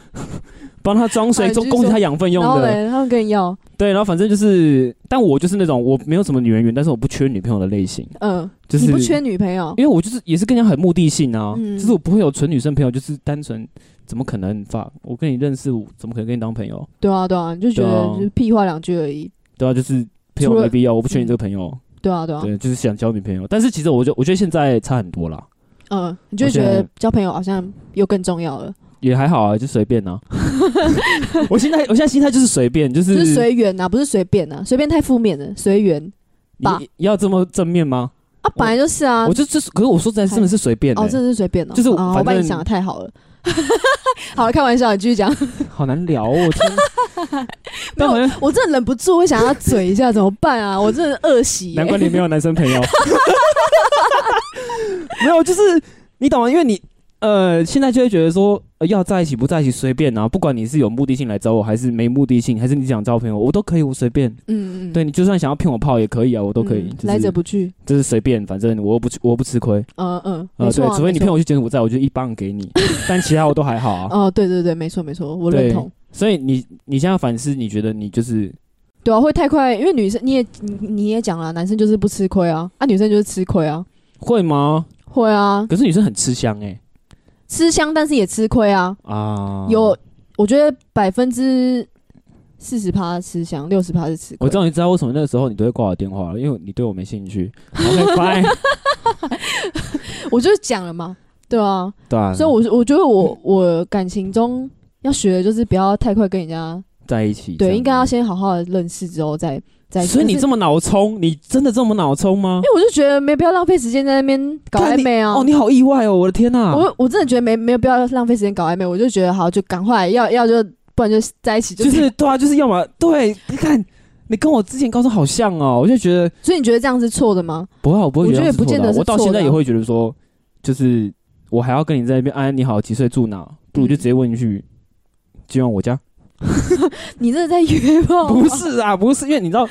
Speaker 2: 帮他装
Speaker 3: 好
Speaker 2: 水，
Speaker 3: 啊你继
Speaker 2: 供
Speaker 3: 续
Speaker 2: 供给
Speaker 3: 说
Speaker 2: 他养分用
Speaker 3: 然后
Speaker 2: 的。
Speaker 3: 嘞，他们跟你要，
Speaker 2: 对，然后反正就是，但我就是那种我没有什么女人缘，但是我不缺女朋友的类型，
Speaker 3: 嗯，
Speaker 2: 就是
Speaker 3: 你不缺女朋友
Speaker 2: 因为我就是也是更加很目的性啊，
Speaker 3: 嗯
Speaker 2: 就是我不会有纯女生朋友，就是单纯怎么可能发？我跟你认识，我怎么可能跟你当朋友？
Speaker 3: 对啊，对啊，你就觉
Speaker 2: 对
Speaker 3: 得
Speaker 2: 啊
Speaker 3: 就是屁话两句而已。
Speaker 2: 对啊，就是朋友
Speaker 3: 除了
Speaker 2: 没必要，我不缺你这个朋友。
Speaker 3: 对啊，对啊，
Speaker 2: 对，就是想交女朋友，但是其实我就我觉得现在差很多啦，
Speaker 3: 嗯，你就
Speaker 2: 我
Speaker 3: 会觉
Speaker 2: 现在
Speaker 3: 得交朋友好像又更重要了，
Speaker 2: 也还好啊，就随 便啊。我现在我现在心态就是随便，就
Speaker 3: 就是是随缘啊呐，不是随便呐，随便太负面了，随缘吧
Speaker 2: 你要这么正面吗？
Speaker 3: 啊，本来就是啊
Speaker 2: 我。就这是，可是我说实在真的是随便、欸，
Speaker 3: 哦，真的是随便哦，
Speaker 2: 就是我
Speaker 3: 啊我
Speaker 2: 反
Speaker 3: 把你
Speaker 2: 正
Speaker 3: 想的太 好了。好了，开玩笑，你继续讲。
Speaker 2: 好难聊哦。我天，但好像
Speaker 3: 我真的忍不住会想要嘴一下，怎么办啊？我真的恶习、
Speaker 2: 难
Speaker 3: 欸。
Speaker 2: 怪你没有男生朋友。 没有，就是你懂吗？因为你呃，现在就会觉得说、呃要在一起不在一起随便啊，不管你是有目的性来找我，还是没目的性，还是你想交朋友，我都可以，我随便。
Speaker 3: 嗯嗯，
Speaker 2: 对你就算想要骗我泡也可以啊，我都可以。
Speaker 3: 嗯
Speaker 2: 就是、
Speaker 3: 来者不拒。
Speaker 2: 就是随便，反正我又不吃我又不吃亏。
Speaker 3: 嗯嗯，
Speaker 2: 呃，
Speaker 3: 没错
Speaker 2: 对
Speaker 3: 啊、，
Speaker 2: 除非你
Speaker 3: 没
Speaker 2: 骗
Speaker 3: 错。
Speaker 2: 我去柬埔寨，我就一棒给 你，但其他我都还好啊。
Speaker 3: 哦，对对对，没错没错，我认
Speaker 2: 对
Speaker 3: 同。，
Speaker 2: 所以你你现在反思，你觉得你就是
Speaker 3: 对啊，会太快，因为女生你也你你也讲了，男生就是不吃亏啊，啊，女生就是吃亏啊，
Speaker 2: 会吗？
Speaker 3: 会啊，
Speaker 2: 可是女生很吃香哎、
Speaker 3: 吃香但是也吃亏啊，
Speaker 2: 啊，
Speaker 3: 有我觉得百分之四十趴吃香，六十趴是吃亏。
Speaker 2: 我终于知道为什么那个时候你都会挂我电话了，因为你对我没兴 趣。OK，拜，
Speaker 3: 我就是讲了嘛，对啊，
Speaker 2: 对啊，
Speaker 3: 所以我是我觉得我我感情中要学的就是不要太快跟人家
Speaker 2: 在一起，这
Speaker 3: 对，
Speaker 2: 样
Speaker 3: 应该要先好好的认识之后再再。
Speaker 2: 嗯所以你
Speaker 3: 可是
Speaker 2: 这么脑冲，你真的这么脑冲吗
Speaker 3: 因？为我就觉得没必要浪费时间在那边搞
Speaker 2: 看
Speaker 3: 暧
Speaker 2: 你
Speaker 3: 昧啊。
Speaker 2: 哦，你好意外哦，我的天呐、
Speaker 3: 我我真的觉得没没有必要浪费时间搞暧昧，我就觉得好就赶快要要就不然就在一起就。
Speaker 2: 就是是对啊，就是要么对，你看你跟我之前高中好像哦，我就觉得
Speaker 3: 所以你觉得这样是错的吗？
Speaker 2: 不会，我不会
Speaker 3: 我觉得
Speaker 2: 这样
Speaker 3: 也不见得
Speaker 2: 错的
Speaker 3: 是
Speaker 2: 我到
Speaker 3: 错
Speaker 2: 现
Speaker 3: 的
Speaker 2: 在
Speaker 3: 啊
Speaker 2: 也会觉得说，就是我还要跟你在那边安安你好，几岁住哪？不
Speaker 3: 嗯
Speaker 2: 如就直接问一句，今晚我家。
Speaker 3: 你真的在约炮 吗？
Speaker 2: 不是啊，不是，因为你知道，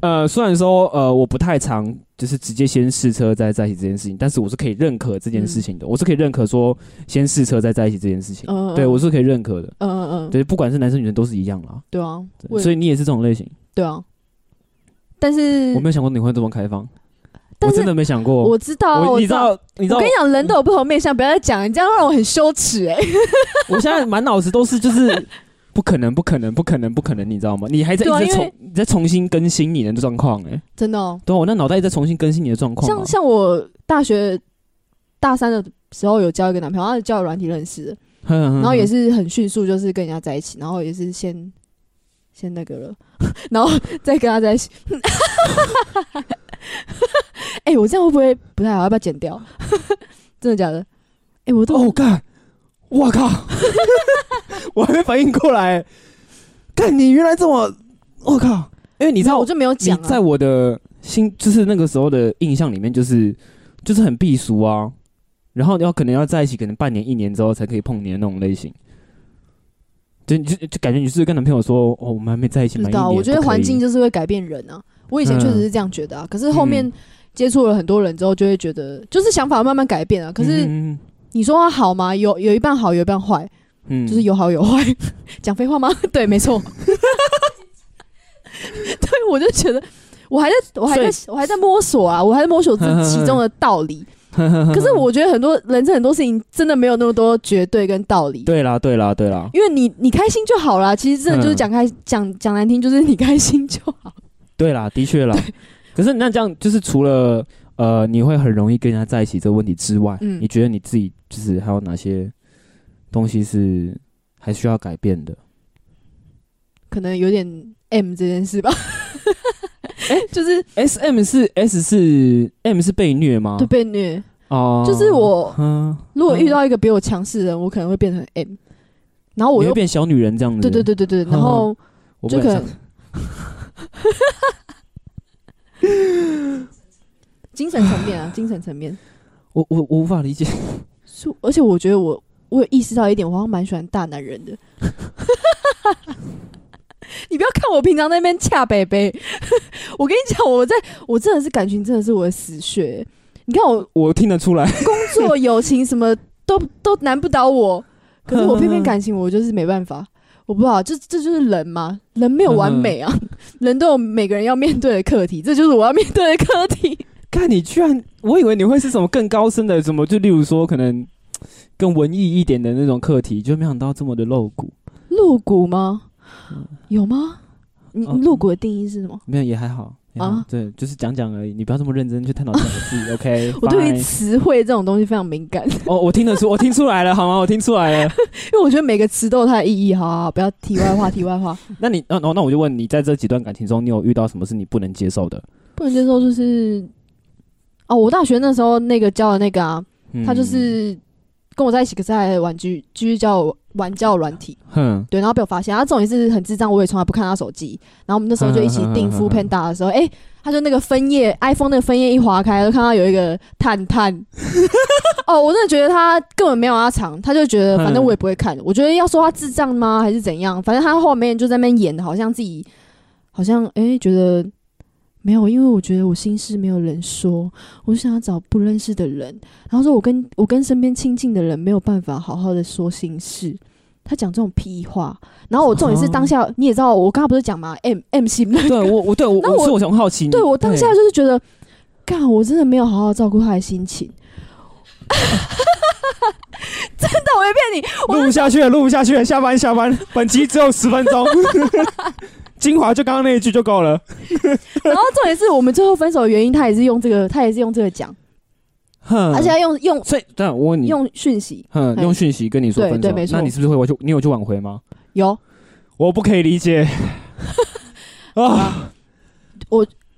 Speaker 2: 呃，虽然说呃，我不太常就是直接先试车再在一起这件事情，但是我是可以认可这件事情
Speaker 3: 嗯
Speaker 2: 的，我是可以认可说先试车再在一起这件事情，
Speaker 3: 嗯，嗯
Speaker 2: 对我是可以认可的。
Speaker 3: 嗯嗯嗯，
Speaker 2: 对，不管是男生女生都是一样啦，
Speaker 3: 对啊，我
Speaker 2: 对
Speaker 3: 也
Speaker 2: 所以你也是这种类型。
Speaker 3: 对啊，但是
Speaker 2: 我没有想过你会这么开放，
Speaker 3: 但
Speaker 2: 我
Speaker 3: 是
Speaker 2: 真的没想过。
Speaker 3: 我知道啊，
Speaker 2: 我
Speaker 3: 我
Speaker 2: 你知道，你知道
Speaker 3: 我跟，你讲，人都有不同面相，不要再讲，你这样让我很羞耻哎、
Speaker 2: 我现在满脑子都是就是。 不可能，不可能，不可能，不可能，你知道吗？你还在
Speaker 3: 对啊
Speaker 2: 一直
Speaker 3: 因为
Speaker 2: 重，你在重新更新你的状况，哎，
Speaker 3: 真的哦。
Speaker 2: 对啊，我那脑袋一直在重新更新你的状况啊
Speaker 3: 像。像我大学大三的时候有交一个男朋友，他是交友软体认识的，
Speaker 2: 然
Speaker 3: 然后也是很迅速，就是跟人家在一起，然后也是先先那个了，然后 再跟他在一起。哎、我这样会不会不太好？要不要剪掉？ 真的假的？哎、我都、
Speaker 2: 哦，干！我靠！ 我还没反应过来。干，你原来这么……我靠！因为你知道，
Speaker 3: 我就没有
Speaker 2: 你
Speaker 3: 讲、
Speaker 2: 在
Speaker 3: 啊。
Speaker 2: 我的心，就是那个时候的印象里面，就是就是很避俗啊。然后要可能要在一起，可能半年、一年之后才可以碰你的那种类型。就就就感觉你是跟男朋友说，哦，我们还没在一起
Speaker 3: 不
Speaker 2: 满
Speaker 3: 知
Speaker 2: 一年，
Speaker 3: 道，我觉得
Speaker 2: 不可以
Speaker 3: 环境就是会改变人啊。我以前确实是这样觉得啊，可是后面
Speaker 2: 嗯
Speaker 3: 接触了很多人之后，就会觉得就是想法慢慢改变啊。可是
Speaker 2: 嗯嗯
Speaker 3: 你说它好吗？有有一半好，有一半坏，
Speaker 2: 嗯
Speaker 3: 就是有好有坏。 讲废话吗？ 对，没错。对，我就觉得我还在我还在我还在摸索啊，我还在摸索这其中的道 理。可是我觉得很多人生很多事情真的没有那么多绝对跟道理。
Speaker 2: 对啦，对啦，对啦。
Speaker 3: 因为你你开心就好啦，其实真的就是
Speaker 2: 嗯
Speaker 3: 讲开讲讲难听，就是你开心就好。
Speaker 2: 对 啦，的确啦。可是那这样就是除了呃，你会很容易跟人家在一起这个问题之外，
Speaker 3: 嗯
Speaker 2: 你觉得你自己就是还有哪些东西是还需要改变的？
Speaker 3: 可能有点 M 这件事吧， 就是、
Speaker 2: S M 是 S 是 M 是被虐吗
Speaker 3: 对？被虐。
Speaker 2: 哦
Speaker 3: 就是我
Speaker 2: 嗯，
Speaker 3: 如果遇到一个比我强势的人，我可能会变成 M，然后我
Speaker 2: 你会
Speaker 3: 又
Speaker 2: 变小女人这嗯样子。
Speaker 3: 对对，对对对，然后
Speaker 2: 我
Speaker 3: 就
Speaker 2: 不
Speaker 3: 可
Speaker 2: 敢
Speaker 3: 能
Speaker 2: 想。
Speaker 3: 精神层 面啊，精神层面。
Speaker 2: 我我我无法理解。
Speaker 3: 是，而且我觉得我我有意识到一点，我好像蛮喜欢大男人的。 你不要看我平常在那边恰北北， 我跟你讲，我在我真的是感情真的是我的死穴。你看我
Speaker 2: 我听得出来，
Speaker 3: 工作、友情什么都都难不倒我，可是我偏偏感情我就是没办法，我不知道，这这就是人嘛，人没有完美啊，人都有每个人要面对的课题，这就是我要面对的课题。
Speaker 2: 看你居然，我以为你会是什么更高深的，什么就例如说可能更文艺一点的那种课题，就没想到这么的露骨。
Speaker 3: 露骨吗？有吗？你
Speaker 2: 嗯
Speaker 3: 你露骨的定义是什么？
Speaker 2: 没有也还好也还好
Speaker 3: 啊
Speaker 2: 对，就是讲讲而已，你不要这么认真去探讨这两个字。OK，
Speaker 3: 我对于
Speaker 2: fine
Speaker 3: 词汇这种东西非常敏感，因
Speaker 2: 哦，我听得出，我 听出来了，好吗？我听出来了。
Speaker 3: 为我觉得每个词都有它的意义。好好好，不要题外话，题外话。
Speaker 2: 那你，那、哦、那我就问你，在这几段感情中，你有遇到什么是你不能接受的？
Speaker 3: 不能接受就是，哦，我大学那时候那个教的那个啊，
Speaker 2: 嗯
Speaker 3: 他就是跟我在一起，可是还玩居继续教我玩教软体，
Speaker 2: 嗯哼，
Speaker 3: 对，然后被我发现，他这种也是很智障，我也从来不看他手机。然后我们那时候就一起订 f o o Panda 的时候，哎、他就那个分页 iPhone 那个分页一划开，就看到有一个探探。哦，我真的觉得他根本没有他长，他就觉得反正我也不会看。我觉得要说他智障吗，还是怎样？反正他后面就在那边演的，好像自己好像哎、觉得没有，因为我觉得我心事没有人说，我就想要找不认识的人，然后说我跟我跟身边亲近的人没有办法好好的说心事。他讲这种屁话，然后我重点是当下、
Speaker 2: 哦
Speaker 3: 你也知道，我刚刚不是讲嘛，M M 型那个
Speaker 2: 对我，我对我，
Speaker 3: 那
Speaker 2: 我
Speaker 3: 我
Speaker 2: 是我想好奇你，
Speaker 3: 对我当下就是觉得，干，我真的没有好好照顾他的心情。 真的，我没骗你，
Speaker 4: 录不下去了，录不下去了，下班下 班，本集只有十分钟，精华就刚刚那一句就够了。
Speaker 3: 然后重点是我们最后分手的原因，他也是用这个，他也是用这个讲，
Speaker 2: 哼，
Speaker 3: 而且他用用
Speaker 2: 所以，但我问你，
Speaker 3: 用讯息
Speaker 2: 哼，
Speaker 3: 哎
Speaker 2: 用讯息跟你说
Speaker 3: 对
Speaker 2: 分手
Speaker 3: 对没，错
Speaker 2: 那你是不是会我去？你有去挽回吗？
Speaker 3: 有
Speaker 4: 我不可以理 解啊，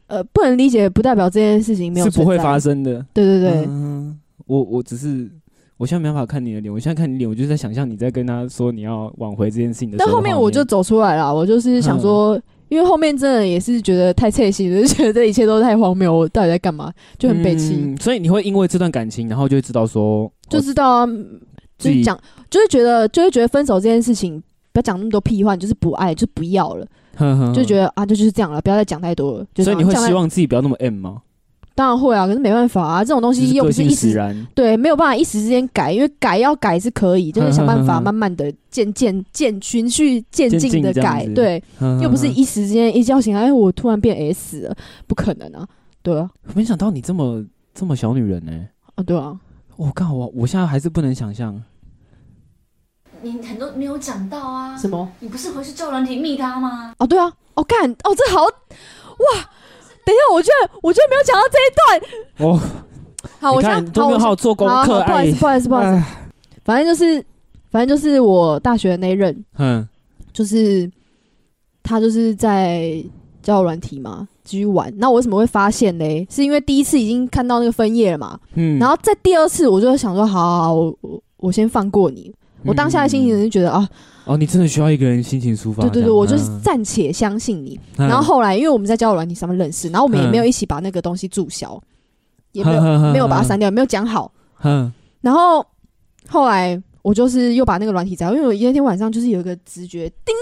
Speaker 3: 呃不能理解，不代表这件事情没有
Speaker 2: 是不会
Speaker 3: 存在
Speaker 2: 发。生的。
Speaker 3: 对对对，
Speaker 2: 嗯，我我只是。我现在没办法看你的脸，我现在看你脸，我就是在想象你在跟他说你要挽回这件事情的时
Speaker 3: 但
Speaker 2: 候的
Speaker 3: 后
Speaker 2: 画面。嗯
Speaker 3: 面我就走出来了，我就是想说，因为后面真的也是觉得太刺心，就是觉得这一切都太荒谬，我到底在干嘛，就很悲戚，
Speaker 2: 嗯所以你会因为这段感情，然后就会知道说，
Speaker 3: 就
Speaker 2: 我
Speaker 3: 知道啊，
Speaker 2: 自
Speaker 3: 就是
Speaker 2: 己
Speaker 3: 讲，就会觉得，就会觉得分手这件事情，不要讲那么多屁话，你就是不爱，就是不要了，
Speaker 2: 哼哼哼
Speaker 3: 就觉得啊，这就是这样了，不要再讲太多了。
Speaker 2: 嗯
Speaker 3: 就
Speaker 2: 所以你会
Speaker 3: 讲太
Speaker 2: 希，望自己不要那么 M 吗？
Speaker 3: 当然会啊，可是没办法啊，这种东
Speaker 2: 就
Speaker 3: 西
Speaker 2: 是
Speaker 3: 又不
Speaker 2: 个
Speaker 3: 是
Speaker 2: 性
Speaker 3: 一
Speaker 2: 使
Speaker 3: 时
Speaker 2: 然。
Speaker 3: 对，没有办法一时之间改，因为改要改是可以，就是想
Speaker 2: 嗯
Speaker 3: 办法慢慢的渐渐渐循序渐
Speaker 2: 渐
Speaker 3: 进
Speaker 2: 进
Speaker 3: 的
Speaker 2: 这样
Speaker 3: 改
Speaker 2: 子，
Speaker 3: 对，又不是
Speaker 2: 哼哼
Speaker 3: 一时之间一觉醒来，哎，我突然变 S 了，不可能啊，对啊，
Speaker 2: 哼没想到你这么这么小女人呢、
Speaker 3: 啊对啊，
Speaker 2: 我靠，我我现在还是不能想象。
Speaker 5: 你很多没有讲到啊，
Speaker 3: 什么
Speaker 5: 你不是回去叫人体密他吗？
Speaker 3: 啊对啊，哦干哦这好哇，等一下，我居然我居然没有讲到这一段
Speaker 2: 哦，
Speaker 3: 好，
Speaker 2: 你
Speaker 3: 我现
Speaker 2: 看，
Speaker 3: 在
Speaker 2: 都没有好好做功
Speaker 3: 好好
Speaker 2: 课，
Speaker 3: 好不好
Speaker 2: 哎
Speaker 3: 意思，不好意思不好意思，反正就是反正就是我大学的那一任，
Speaker 2: 嗯
Speaker 3: 就是他就是在交友软体嘛。继续玩，那我为什么会发现嘞？是因为第一次已经看到那个分页了嘛，
Speaker 2: 嗯
Speaker 3: 然后在第二次我就想说，好好好，我我我先放过你，我当下的心情
Speaker 2: 嗯嗯嗯
Speaker 3: 是觉得啊，
Speaker 2: 哦，你真的需要一个人心情抒发这
Speaker 3: 对
Speaker 2: 样。
Speaker 3: 对对，我就是
Speaker 2: 嗯
Speaker 3: 暂且相信你。
Speaker 2: 嗯
Speaker 3: 然后后来，因为我们在交友软体上面认识，然后我们也
Speaker 2: 嗯
Speaker 3: 没有一起把那个东西注销，也没有 没有把它。删掉，也没有讲好。
Speaker 2: 嗯
Speaker 3: 然后后来我就是又把那个软体载回，因为我那天晚上就是有一个直觉，叮，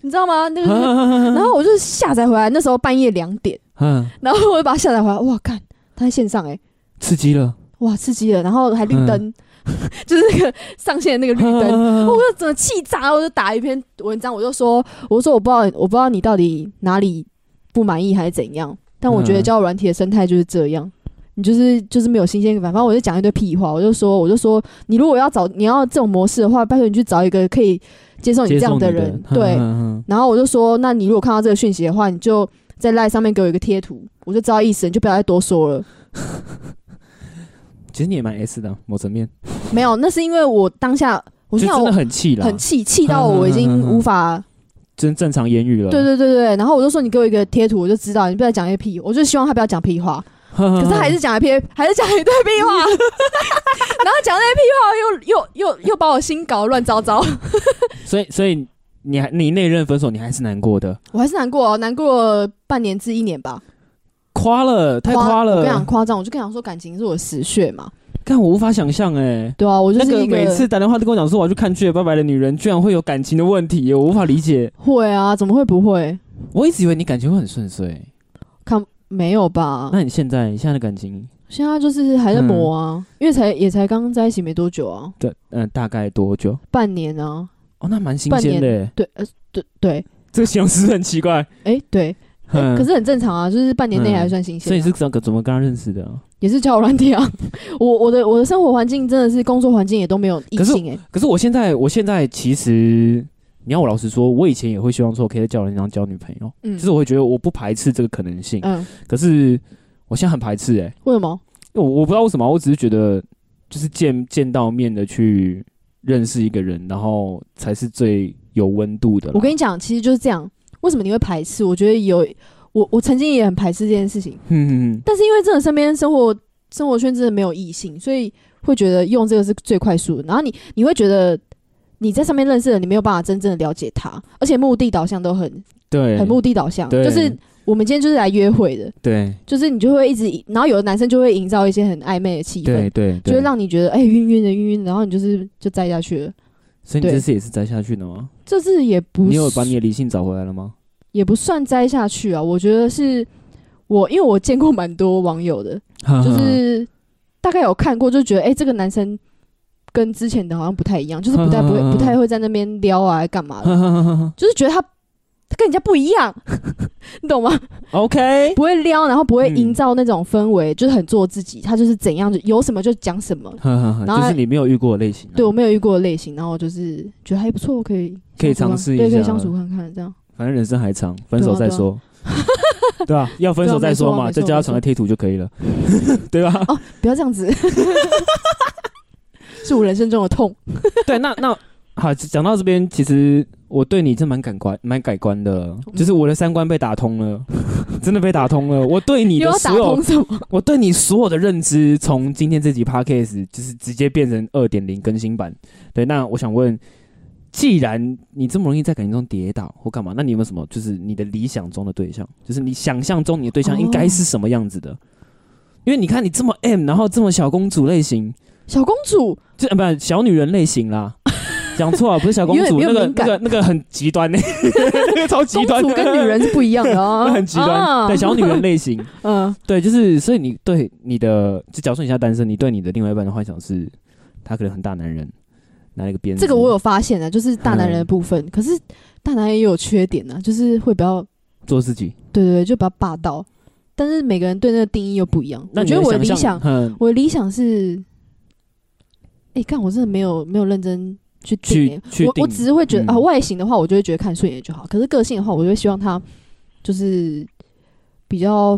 Speaker 3: 你知道吗？那个
Speaker 2: 啊
Speaker 3: 就是，然后我就下载回来，那时候半夜两点，
Speaker 2: 嗯，
Speaker 3: 然后我就把它下载回来，哇，看它在线上哎、
Speaker 2: 刺激了，
Speaker 3: 哇，刺激了，然后还绿
Speaker 2: 嗯
Speaker 3: 灯， 就是那个上线的那个绿 灯。哦
Speaker 2: 灯
Speaker 3: 我就整个气炸，我就打一篇文章，我就说，我说我不知道，我不知道你到底哪里不满意还是怎样，但我觉得
Speaker 2: 嗯
Speaker 3: 交友软体的生态就是这样，你就是就是没有新鲜感。反正我就讲一堆屁话，我就说，我就说，你如果要找你要这种模式的话，拜托你去找一个可以接受你这样人，对。
Speaker 2: 嗯
Speaker 3: 然后我就说，那你如果看到这个讯息的话，你就在赖上面给我一个贴图，我就知道意思，你就不要再多说了。
Speaker 2: 其实你也蛮 S 的，某层面，
Speaker 3: 没有，那是因为我当下，我
Speaker 2: 就是真
Speaker 3: 我
Speaker 2: 的很气啦，嗯
Speaker 3: 很气，气到我已经无法。
Speaker 2: 真正常言语了。
Speaker 3: 对对对对，然后我就说你给我一个贴图，我就知道你不要讲一些屁，我就希望他不要讲屁话，
Speaker 2: 哼，
Speaker 3: 可
Speaker 2: 可
Speaker 3: 是还是讲一屁，还是讲一堆屁 话，然后讲那些屁话又又又又把我心搞得乱糟糟，
Speaker 2: 所以所以你还你那任分手，你还是难过的，
Speaker 3: 我还是难过、哦，难过半年至一年吧，
Speaker 2: 夸了，太夸
Speaker 3: 我跟你讲
Speaker 2: 了，
Speaker 3: 夸张，我就跟你讲说感情是我的死穴嘛，
Speaker 2: 看我无法想象哎。
Speaker 3: 对啊，我就
Speaker 2: 那
Speaker 3: 是
Speaker 2: 个
Speaker 3: 一
Speaker 2: 每次打电话都跟我讲说我要去看《去了拜拜》的女人，居然会有感情的问题，我无法理解。
Speaker 3: 会啊，怎么会不会？
Speaker 2: 我一直以为你感情会很顺遂，
Speaker 3: 没有吧？
Speaker 2: 那你现在你现在的感情
Speaker 3: 现在就是还在磨啊，
Speaker 2: 嗯
Speaker 3: 因为才也才刚在一起没多久啊，
Speaker 2: 的嗯、大概多久？
Speaker 3: 半年啊，
Speaker 2: 哦，那蛮新
Speaker 3: 半
Speaker 2: 鲜
Speaker 3: 年
Speaker 2: 的耶，
Speaker 3: 对，呃，对对，
Speaker 2: 这个形容词很奇怪。
Speaker 3: 哎、对、
Speaker 2: 嗯
Speaker 3: 可是很正常啊，就是半年内
Speaker 2: 嗯
Speaker 3: 还算新鲜、啊
Speaker 2: 所以你是怎么怎么跟他认识的啊？
Speaker 3: 也是交友软体啊。 我我的我的生活环境真的是工作环境也都没有异
Speaker 2: 可是
Speaker 3: 性哎、
Speaker 2: 可是我现在，我现在其实，你要我老实说，我以前也会希望说，可以在交友软件上交女朋友，
Speaker 3: 嗯
Speaker 2: 就是我会觉得我不排斥这个可能性，
Speaker 3: 嗯，
Speaker 2: 可是我现在很排斥、欸，哎，
Speaker 3: 为什么？
Speaker 2: 我我不知道为什么，我只是觉得就是见见到面的去认识一个人，然后才是最有温度的啦。
Speaker 3: 我跟你讲，其实就是这样。为什么你会排斥？我觉得有我我曾经也很排斥这件事情，
Speaker 2: 嗯，
Speaker 3: 但是因为真的身边生活生活圈真的没有异性，所以会觉得用这个是最快速的。然后你你会觉得你在上面认识的，你没有办法真正的了解他，而且目的导向都很
Speaker 2: 对，
Speaker 3: 很目的导向，
Speaker 2: 对
Speaker 3: 就是我们今天就是来约会的，
Speaker 2: 对
Speaker 3: 就是你就会一直，然后有的男生就会营造一些很暧昧的气氛
Speaker 2: 对，对，
Speaker 3: 就
Speaker 2: 对
Speaker 3: 会让你觉得哎、晕晕的晕晕的，然后你就是就栽下去了。
Speaker 2: 所以你这
Speaker 3: 对
Speaker 2: 次也是栽下去的吗？
Speaker 3: 这次也不
Speaker 2: 你有把你的理性找回来了吗？
Speaker 3: 也不算栽下去啊，我觉得是我，因为我见过蛮多网友的，
Speaker 2: 嗯
Speaker 3: 就是 大概有看过，就觉得哎、诶这个男生跟之前的好像不太一样，就是不
Speaker 2: 嗯
Speaker 3: 太不会不太会在那边撩啊干嘛的， 就是觉得他他跟人家不一样， 你懂吗？
Speaker 2: OK，
Speaker 3: 不会撩，然后不会
Speaker 2: 嗯
Speaker 3: 营造那种氛围，就是很做自己，他就是怎样就有什么就讲什么。然后
Speaker 2: 就是你没有遇过的类型啊，
Speaker 3: 对我没有遇过的类型，然后就是觉得还不错，可以
Speaker 2: 可以尝
Speaker 3: 相处看
Speaker 2: 试一
Speaker 3: 对，可以
Speaker 2: 下
Speaker 3: 相处看看这样。
Speaker 2: 反正人生还长，分手
Speaker 3: 对啊
Speaker 2: 再说。对 啊，要分手再说嘛，再
Speaker 3: 对啊没错
Speaker 2: 加上传个贴图就可以 了，对吧？
Speaker 3: 不要这 样子，是我人生中的痛。
Speaker 2: 对，那那好，讲到这边，其实我对你真蛮感观，蛮改观的，
Speaker 3: 嗯
Speaker 2: 就是我的三观被打通了， 真的被打通了。我对你的
Speaker 3: 又要打
Speaker 2: 所有
Speaker 3: 通，什么？
Speaker 2: 我对你所有的认知，从今天这集 podcast 就是直接变成二点零更新版。对，那我想问，既然你这么容易在感情中跌倒或干嘛，那你有没有什么就是你的理想中的对象，就是你想象中你的对象应该是什么样子的？因为你看你这么 M，然后这么小公主类型，
Speaker 3: 小公主，
Speaker 2: 就呃不小女人类型啦， 讲错啊了，不是小公主，
Speaker 3: 因为
Speaker 2: 那
Speaker 3: 没有
Speaker 2: 个
Speaker 3: 敏
Speaker 2: 那
Speaker 3: 感
Speaker 2: 个那个很极端 呢、那个超极
Speaker 3: 公
Speaker 2: 端
Speaker 3: 主
Speaker 2: 的，
Speaker 3: 跟女 人是不一样的啊，
Speaker 2: 很极端，
Speaker 3: 啊
Speaker 2: 对小女人类型，
Speaker 3: 嗯，
Speaker 2: 对，就是所以你对你的，就假如说你现在单身，你对你的另外一半的幻想是，他可能很大男人，拿了一个鞭子，
Speaker 3: 这个我有发现啊，就是大男人的部分。可是大男人也有缺点啊，就是会比较，
Speaker 2: 做自己，
Speaker 3: 对对对，就比较霸道。但是每个人对那个定义又不一样。
Speaker 2: 那
Speaker 3: 我
Speaker 2: 你
Speaker 3: 觉得我的理
Speaker 2: 想
Speaker 3: 想
Speaker 2: 象，，嗯，
Speaker 3: 我的理想是，哎，看我真的没有没有认真去定
Speaker 2: 去
Speaker 3: 欸、
Speaker 2: 去
Speaker 3: 我
Speaker 2: 定
Speaker 3: 我只是会觉得、
Speaker 2: 嗯
Speaker 3: 啊，外形的话，我就会觉得看顺眼就好。可是个性的话，我就会希望他就是比较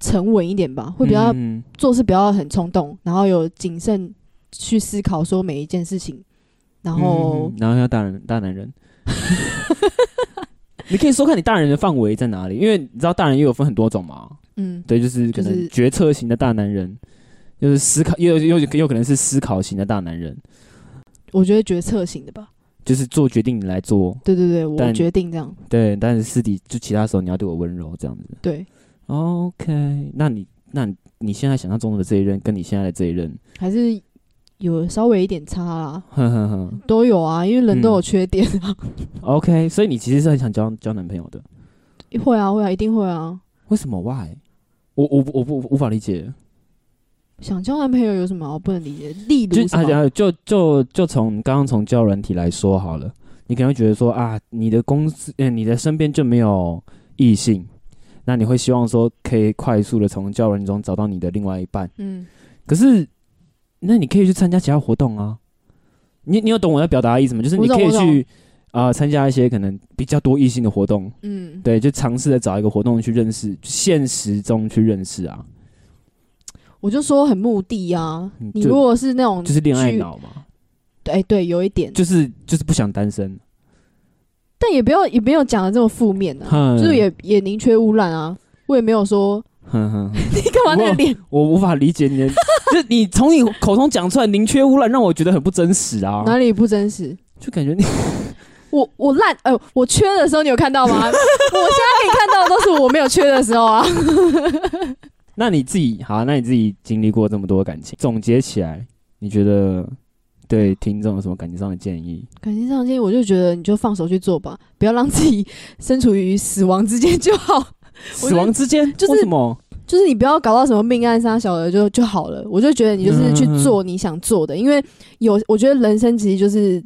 Speaker 3: 沉稳一点吧，会比较
Speaker 2: 嗯
Speaker 3: 做事不要很冲动，然后有谨慎去思考说每一件事情，然后
Speaker 2: 嗯、然后要大人大男人。 你可以说看你大人的范围在哪里，因为你知道大人也有分很多种嘛，
Speaker 3: 嗯
Speaker 2: 对，就是可
Speaker 3: 就是
Speaker 2: 能决策型的大男人，就是思考，也有也有也有可能是思考型的大男人，
Speaker 3: 我觉得决策型的吧，
Speaker 2: 就是做决定你来做，
Speaker 3: 对对对，我
Speaker 2: 但
Speaker 3: 决定这样，
Speaker 2: 对，但是私底就其他时候你要对我温柔这样子。
Speaker 3: 对，
Speaker 2: OK，那你那你你现在想象中的这一任，跟你现在的这一任，
Speaker 3: 还是有稍微一点差啦，
Speaker 2: 哼哼哼
Speaker 3: 都有啊，因为人
Speaker 2: 嗯
Speaker 3: 都有缺点 啊，
Speaker 2: ，OK，所以你其实是很想交交男朋友的，
Speaker 3: 会啊会啊，一定会啊。
Speaker 2: 为什么？Why？我我我不无法理解，
Speaker 3: 想交男朋友有什么我哦不能理解？例
Speaker 2: 就
Speaker 3: 如什
Speaker 2: 啊
Speaker 3: 么？
Speaker 2: 啊就就就从刚刚从交友软体来说好了，你可能会觉得说啊，你的公司，嗯、你的身边就没有异性，那你会希望说可以快速的从交友软体中找到你的另外一半。
Speaker 3: 嗯，
Speaker 2: 可是，那你可以去参加其他活动啊。你你有懂我要表达的意思吗？就是
Speaker 3: 我
Speaker 2: 你
Speaker 3: 懂
Speaker 2: 可以
Speaker 3: 我懂
Speaker 2: 去啊参、加一些可能比较多异性的活动，
Speaker 3: 嗯，
Speaker 2: 对，就尝试着找一个活动去认识，现实中去认识啊，
Speaker 3: 我就说很目的啊
Speaker 2: 嗯。
Speaker 3: 你
Speaker 2: 就
Speaker 3: 如果是那种
Speaker 2: 就是恋爱
Speaker 3: 去，
Speaker 2: 脑嘛，
Speaker 3: 哎，对，有一点，
Speaker 2: 就是就是不想单身，
Speaker 3: 但也不要也没有讲的这么负面啊，
Speaker 2: 哼
Speaker 3: 就是也也宁缺毋滥啊。我也没有说
Speaker 2: 哼哼，哼
Speaker 3: 你干嘛那个脸，
Speaker 2: 我无法理解你 的，就是你从你口中讲出来宁缺毋滥，让我觉得很不真实啊，
Speaker 3: 哪里不真实？
Speaker 2: 就感觉你
Speaker 3: 我我烂，哎、我缺的时候你有看到吗？ 我现在给你看到的都是我没有缺的时候啊。
Speaker 2: 那你自己好啊、那你自己经历过这么多感情，总结起来，你觉得对听众有什么感情上的建议？
Speaker 3: 感情上的建议，我就觉得你就放手去做吧，不要让自己身处于死亡之间就好。
Speaker 2: 死亡之间
Speaker 3: 就是
Speaker 2: 为什么？
Speaker 3: 就是你不要搞到什么命案杀小的就就好了。我就觉得你就是去做你想做的，因为有我觉得人生其实就是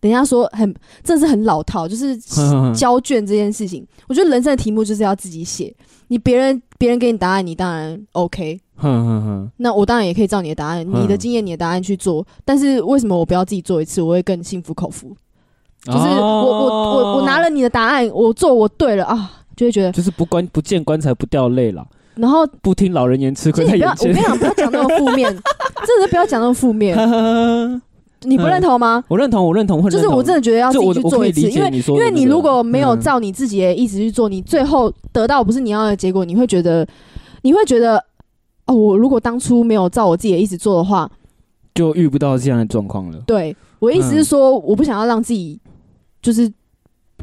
Speaker 3: 等一下说很，真的是很老套，就是
Speaker 2: 哼
Speaker 3: 交卷这件事情，我觉得人生的题目就是要自己写。你别人别人给你答案，你当然 OK，
Speaker 2: 哼哼哼，
Speaker 3: 那我当然也可以照你的答案、
Speaker 2: 嗯
Speaker 3: 你的经验、你的答案去做。但是为什么我不要自己做一次，我会更心服口服？就是我、
Speaker 2: 哦
Speaker 3: 我我我拿
Speaker 2: 了，
Speaker 3: 了你的答案，我做我对了啊，就会觉得。
Speaker 2: 就是不棺不见棺材不掉泪啦，
Speaker 3: 然后
Speaker 2: 不听老人言，吃
Speaker 3: 就
Speaker 2: 亏
Speaker 3: 你
Speaker 2: 在
Speaker 3: 不要，
Speaker 2: 眼
Speaker 3: 我
Speaker 2: 前
Speaker 3: 跟你。讲，不要讲那种负 面，真的是不要讲那种负面。你不认同吗？
Speaker 2: 我认同，我认同，我很
Speaker 3: 就
Speaker 2: 嗯认
Speaker 3: 是
Speaker 2: 同
Speaker 3: 我真的觉得要自
Speaker 2: 这
Speaker 3: 己
Speaker 2: 我
Speaker 3: 去
Speaker 2: 我可
Speaker 3: 做
Speaker 2: 以
Speaker 3: 一次，
Speaker 2: 理
Speaker 3: 因
Speaker 2: 解
Speaker 3: 为
Speaker 2: 你说
Speaker 3: 因
Speaker 2: 的这个，
Speaker 3: 为你如果没有
Speaker 2: 嗯
Speaker 3: 照你自己的意思去做，你最后得到不是你要的结果，你会觉得，你会觉得，哦，我如果当初没有照我自己的意思做的话，
Speaker 2: 就遇不到这样的状况了，
Speaker 3: 对我的意
Speaker 2: 嗯
Speaker 3: 思是说，我不想要让自己就是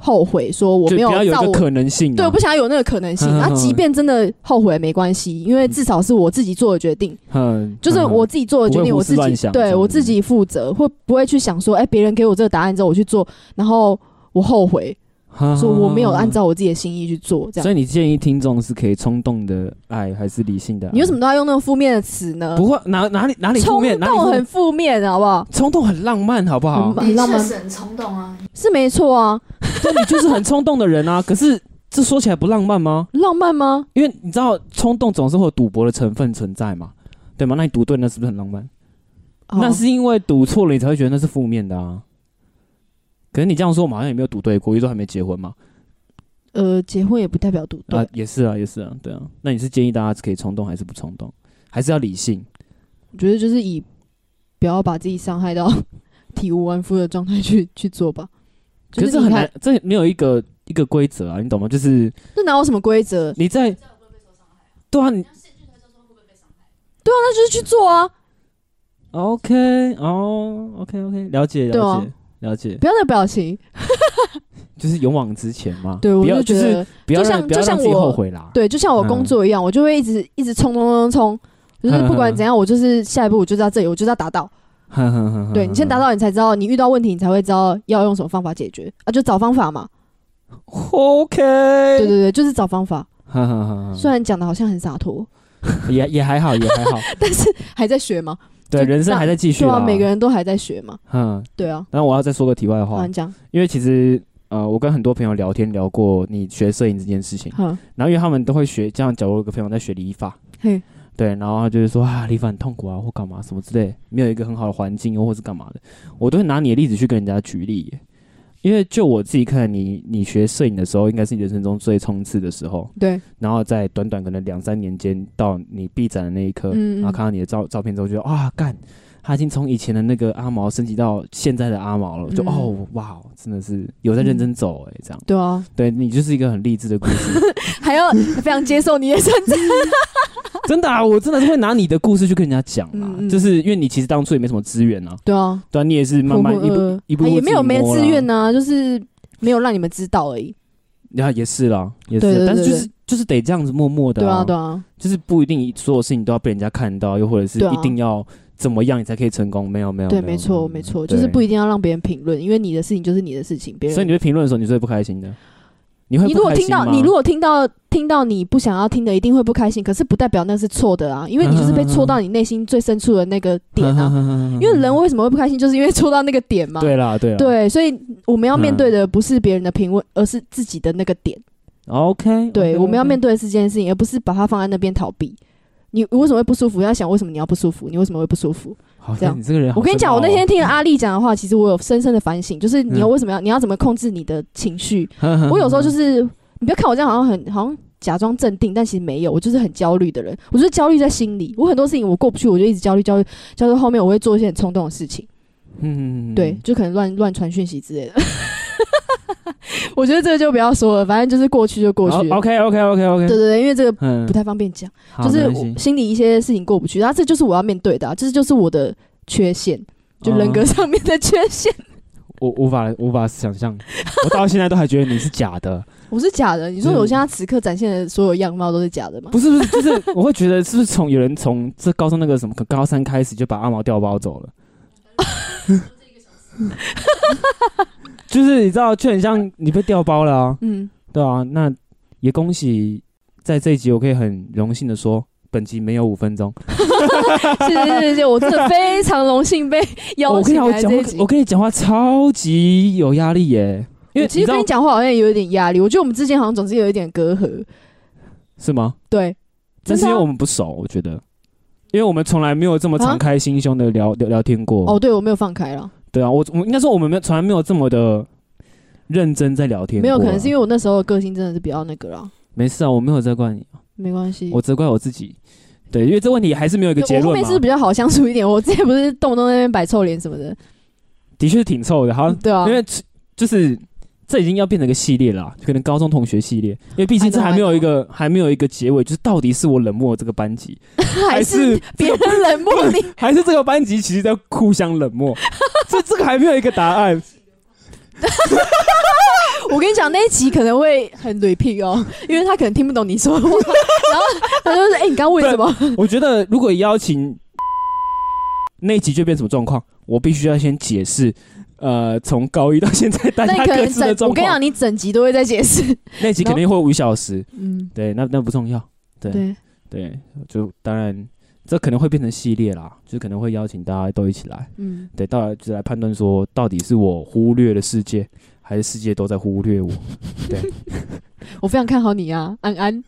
Speaker 3: 后悔，说我
Speaker 2: 就
Speaker 3: 没
Speaker 2: 不要有一
Speaker 3: 照
Speaker 2: 个
Speaker 3: 我。
Speaker 2: 可能性啊，
Speaker 3: 对，我不想要有那个可能性。
Speaker 2: 嗯
Speaker 3: 那、
Speaker 2: 嗯嗯
Speaker 3: 即便真的后悔没关系，因为至少是我自己做的决定，
Speaker 2: 嗯，
Speaker 3: 就是
Speaker 2: 嗯
Speaker 3: 我自己做的决定，
Speaker 2: 不会
Speaker 3: 我
Speaker 2: 胡思
Speaker 3: 自
Speaker 2: 乱
Speaker 3: 己
Speaker 2: 想这
Speaker 3: 对
Speaker 2: 样
Speaker 3: 我
Speaker 2: 子
Speaker 3: 自己负责，会不会去想说，哎、别人给我这个答案之后我去做，然后我后悔，说我没有按。照我自己的心意去做，这
Speaker 2: 啊所
Speaker 3: 样。
Speaker 2: 以你建议听众是可以冲动的爱，还是理性的爱？
Speaker 3: 你为什么都要用那种负面的词呢？
Speaker 2: 不会哪哪里哪里负
Speaker 3: 冲
Speaker 2: 面？哪里
Speaker 3: 动
Speaker 2: 负面
Speaker 3: 很负面，啊好不好？
Speaker 2: 冲动很浪漫，好不好？
Speaker 3: 很
Speaker 5: 你
Speaker 3: 浪
Speaker 5: 确
Speaker 3: 漫
Speaker 5: 实很冲动啊！
Speaker 3: 是没错啊，
Speaker 2: 对，你就是很冲动的人啊。可 是这说起来不浪漫吗？
Speaker 3: 浪漫吗？
Speaker 2: 因为你知道冲动总是会有赌博的成分存在嘛，对吗？那你赌对，那是不是很浪漫？
Speaker 3: 哦
Speaker 2: 那是因为赌错了，你才会觉得那是负面的啊。可是你这样说，我们好像也没有赌对过，因为都还没结婚嘛。
Speaker 3: 呃，结婚也不代表赌对
Speaker 2: 啊，，也是啊，也是啊，对啊。那你是建议大家可以冲动还是不冲动？还是要理性？
Speaker 3: 我觉得就是以不要把自己伤害到 体无完肤的状态去去做吧。就
Speaker 2: 可是这
Speaker 3: 你
Speaker 2: 很
Speaker 3: 看
Speaker 2: 难，这没有一个一个规则啊，你懂吗？就是
Speaker 3: 这哪有什么规则？
Speaker 2: 你在，对啊，你
Speaker 3: 那就是去做啊，
Speaker 2: OK 哦，OK OK，了解
Speaker 3: 对
Speaker 2: 了
Speaker 3: 啊
Speaker 2: 解了解，
Speaker 3: 不要那表情。
Speaker 2: 就是勇往直前嘛。
Speaker 3: 对，我
Speaker 2: 不要
Speaker 3: 就觉
Speaker 2: 是
Speaker 3: 得，
Speaker 2: 不要
Speaker 3: 就
Speaker 2: 让
Speaker 3: 像
Speaker 2: 不要让
Speaker 3: 就像
Speaker 2: 自己
Speaker 3: 我
Speaker 2: 后悔啦。
Speaker 3: 对，就像我
Speaker 2: 嗯
Speaker 3: 工作一样，我就会一直一直冲冲冲冲。就是不
Speaker 2: 嗯
Speaker 3: 管怎样，我就是下一步我就到这里，我就是要达到。
Speaker 2: 哼哼哼哼
Speaker 3: 对你先达
Speaker 2: 嗯
Speaker 3: 到，你才知道你遇到问题，你才会知道要用什么方法解决啊，就找方法嘛。
Speaker 2: OK，
Speaker 3: 对对对，就是找方法。
Speaker 2: 哼哼哼
Speaker 3: 虽然讲的好像很洒脱，
Speaker 2: 哼，也也还好，也还好。
Speaker 3: 但是还在学嘛，
Speaker 2: 对，
Speaker 3: 就
Speaker 2: 人生
Speaker 3: 让
Speaker 2: 还在继续
Speaker 3: 对啊，
Speaker 2: 啦。
Speaker 3: 每个人都还在学嘛。
Speaker 2: 嗯，
Speaker 3: 对啊，
Speaker 2: 然后我要再说个题外话
Speaker 3: 好，你，讲，
Speaker 2: 因为其实呃，我跟很多朋友聊天聊过你学摄影这件事情，
Speaker 3: 好，
Speaker 2: 然后因为他们都会学，这样假如有个朋友在学理发，
Speaker 3: 嘿，
Speaker 2: 对，然后他就是说啊，理发很痛苦啊，或干嘛什么之类，没有一个很好的环境，又或是干嘛的，我都会拿你的例子去跟人家举例耶，因为就我自己看你，你学摄影的时候，应该是你人生中最冲刺的时候，
Speaker 3: 对，
Speaker 2: 然后在短短可能两三年间，到你闭展的那一刻，
Speaker 3: 嗯嗯
Speaker 2: 然后看到你的照照片之后，就觉得啊，干，他已经从以前的那个阿毛升级到现在的阿毛了，就、
Speaker 3: 嗯
Speaker 2: 哦，哇，真的是有在认真走哎、这样，
Speaker 3: 对啊，
Speaker 2: 对你就是一个很励志的故事。
Speaker 3: 还要非常接受你的身材。
Speaker 2: 真的啊，我真的是会拿你的故事去跟人家讲啊，
Speaker 3: 嗯嗯
Speaker 2: 就是因为你其实当初也没什么资源啊，
Speaker 3: 对啊，
Speaker 2: 对啊，你也是 慢慢
Speaker 3: 浑
Speaker 2: 一
Speaker 3: 浑
Speaker 2: 步，
Speaker 3: 噩噩
Speaker 2: 一步
Speaker 3: 啊
Speaker 2: 步
Speaker 3: 也没有
Speaker 2: 自己
Speaker 3: 没
Speaker 2: 摸啦
Speaker 3: 自愿呐，就是没有让你们知道而已。
Speaker 2: 然啊后也是啦，也是，
Speaker 3: 对对对
Speaker 2: 但是就
Speaker 3: 对
Speaker 2: 是就是得这样子默默的、
Speaker 3: 对啊，对啊，
Speaker 2: 就是不一定所有事情都要被人家看到，又或者是
Speaker 3: 对啊
Speaker 2: 一定要怎么样你才可以成功，没有没有，
Speaker 3: 对，
Speaker 2: 有嗯
Speaker 3: 没错，没错，
Speaker 2: 啊对
Speaker 3: 就是不一定要让别人评论，因为你的事情就是你的事情，别
Speaker 2: 所以你
Speaker 3: 人。
Speaker 2: 被评论的时候，你是会不开心的，你会
Speaker 3: 你如
Speaker 2: 不
Speaker 3: 果
Speaker 2: 开
Speaker 3: 听
Speaker 2: 心吗
Speaker 3: 到你如果听到听到你不想要听的，一定会不开心。可是不代表那是错的啊，因为你就是
Speaker 2: 嗯
Speaker 3: 被戳到你内心最深处的那个点啊。 因为人为什么会不开心，就是因为戳到那个点嘛。
Speaker 2: 对啊嗯啦对啦
Speaker 3: 啊对，所以我们要面对的不是别人的评论，而是自己的那个点。
Speaker 2: ，OK，
Speaker 3: 对，我们要面
Speaker 2: 哦对
Speaker 3: 对的是这件事情，而不是把它放在那边逃避。你为什么会不舒服？要想为什么你要不舒服？你为什么会不舒服？
Speaker 2: 好
Speaker 3: 这样
Speaker 2: 你这个人好深奥哦， 嗯
Speaker 3: 我跟你讲，我那天听了阿丽讲的话，其实我有深深的反省，就是你要为什么要，你要怎么控制你的 情绪？我有时候就是，你不要看我这样，好像很好像假装镇定，但其实没有，我就是很焦虑的人，我就是焦虑在心里，我很多事情我过不去，我就一直焦虑，焦虑，焦虑到后面我会做一些很冲动的事情。
Speaker 2: 嗯，嗯，嗯
Speaker 3: 对，就可能乱乱传讯息之类的。 我觉得这个就不要说了，反正就是过去就过去了。
Speaker 2: 哦 OK OK OK OK，
Speaker 3: 对对对，因为这个
Speaker 2: 嗯
Speaker 3: 不，太方便讲，
Speaker 2: 好
Speaker 3: 就是
Speaker 2: 没关系
Speaker 3: 我心里一些事情过不去，然后这就是我要面对的、啊，这就是我的缺陷，就人格
Speaker 2: 嗯
Speaker 3: 上面的缺陷。
Speaker 2: 我无法无法想象，我到现在都还觉得你是假的，
Speaker 3: 我是假的，你说我现在此刻展现的所有样貌都是假的吗？
Speaker 2: 嗯不是不是，就是我会觉得是不是从有人从这高中那个什么高三开始就把阿毛调包走了， 就是你知道就很像你被调包了啊，
Speaker 3: 嗯，
Speaker 2: 对啊，那也恭喜在这一集我可以很荣幸的说，本集没有五分钟。
Speaker 3: 谢谢谢谢，我真的非常荣幸被邀
Speaker 2: 哦我跟你
Speaker 3: 请
Speaker 2: 讲，我
Speaker 3: 来
Speaker 2: 讲
Speaker 3: 这一
Speaker 2: 话，
Speaker 3: 集
Speaker 2: 我。跟你讲话超级有压力耶，因为
Speaker 3: 我其实
Speaker 2: 你知道
Speaker 3: 跟你讲话好像也有一点压力，我觉得我们之间好像总是有一点隔阂。
Speaker 2: 是吗？
Speaker 3: 对，
Speaker 2: 但
Speaker 3: 真
Speaker 2: 是
Speaker 3: 的
Speaker 2: 因为
Speaker 3: 啊
Speaker 2: 我们不熟，我觉得，因为我们从来没有这么敞开心胸的聊、聊聊天过。
Speaker 3: 哦，对我没有放开了，
Speaker 2: 对啊，我我应该说我们没有从来没有这么的认真在聊天、
Speaker 3: 没有，可能是因
Speaker 2: 为
Speaker 3: 为我那时候的个性真的是比较那个啦，
Speaker 2: 没事啊，我没有责怪你，
Speaker 3: 没关系。
Speaker 2: 我责怪我自己。对，因为这问题还是没有一个结
Speaker 3: 嗯我后
Speaker 2: 论
Speaker 3: 面
Speaker 2: 嘛
Speaker 3: 是不是，比较好相处一点，我之前不是动不动在那边摆臭脸什么的，
Speaker 2: 的确是挺臭的。好像，
Speaker 3: 对啊
Speaker 2: 因，为就是这已经要变成一个系列了啊，可能高中同学系列，因为毕竟
Speaker 3: I know,
Speaker 2: 这还没有一个还没有一个结尾，就是到底是我冷漠这个班级，还
Speaker 3: 还
Speaker 2: 是
Speaker 3: 是别人冷漠你，
Speaker 2: 还是这个班级其实在互相冷 漠，这这个还没有一个答案。
Speaker 3: 我跟你讲，那一集可能会很 repeat 哦，因为他可能听不懂你说的话，然后他就是哎、你刚刚问什么？
Speaker 2: 我觉得如果邀请那一集就变什么状况，我必须要先解释，呃，从高一到现在大
Speaker 3: 那你
Speaker 2: 家
Speaker 3: 可
Speaker 2: 各
Speaker 3: 能
Speaker 2: 自的
Speaker 3: 整，
Speaker 2: 状
Speaker 3: 我跟你讲，
Speaker 2: 况。
Speaker 3: 你整集都会在解释。
Speaker 2: 那一集肯定会有五小时，
Speaker 3: 嗯，
Speaker 2: 对，那那不重要，对
Speaker 3: 对，
Speaker 2: 对，就当然这可能会变成系列啦，就可能会邀请大家都一起来，
Speaker 3: 嗯，
Speaker 2: 对，到来就来判断说到底是我忽略了世界，还是世界都在忽略我。
Speaker 3: 我非常看好你啊，安安。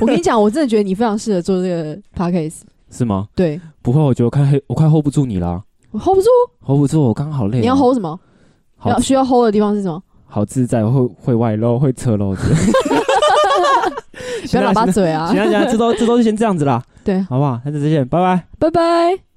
Speaker 3: 我跟你讲，我真的觉得你非常适合做这个 podcast。
Speaker 2: 是吗？
Speaker 3: 对
Speaker 2: 不会，我觉得我快我快 hold 不住你啦
Speaker 3: 我 hold 不住，
Speaker 2: ，hold 不住，我刚刚好累哦、
Speaker 3: 你要 hold 什么？
Speaker 2: 好
Speaker 3: 要需要 hold 的地方是什么？
Speaker 2: 好自在，会会外露，会侧漏子。
Speaker 3: 不要喇叭
Speaker 2: 行啦
Speaker 3: 嘴啊
Speaker 2: 啊行！啦行啦，这都这都是先这样子啦，
Speaker 3: 啊对，
Speaker 2: 好不好？那就再见，拜拜。
Speaker 3: 拜拜。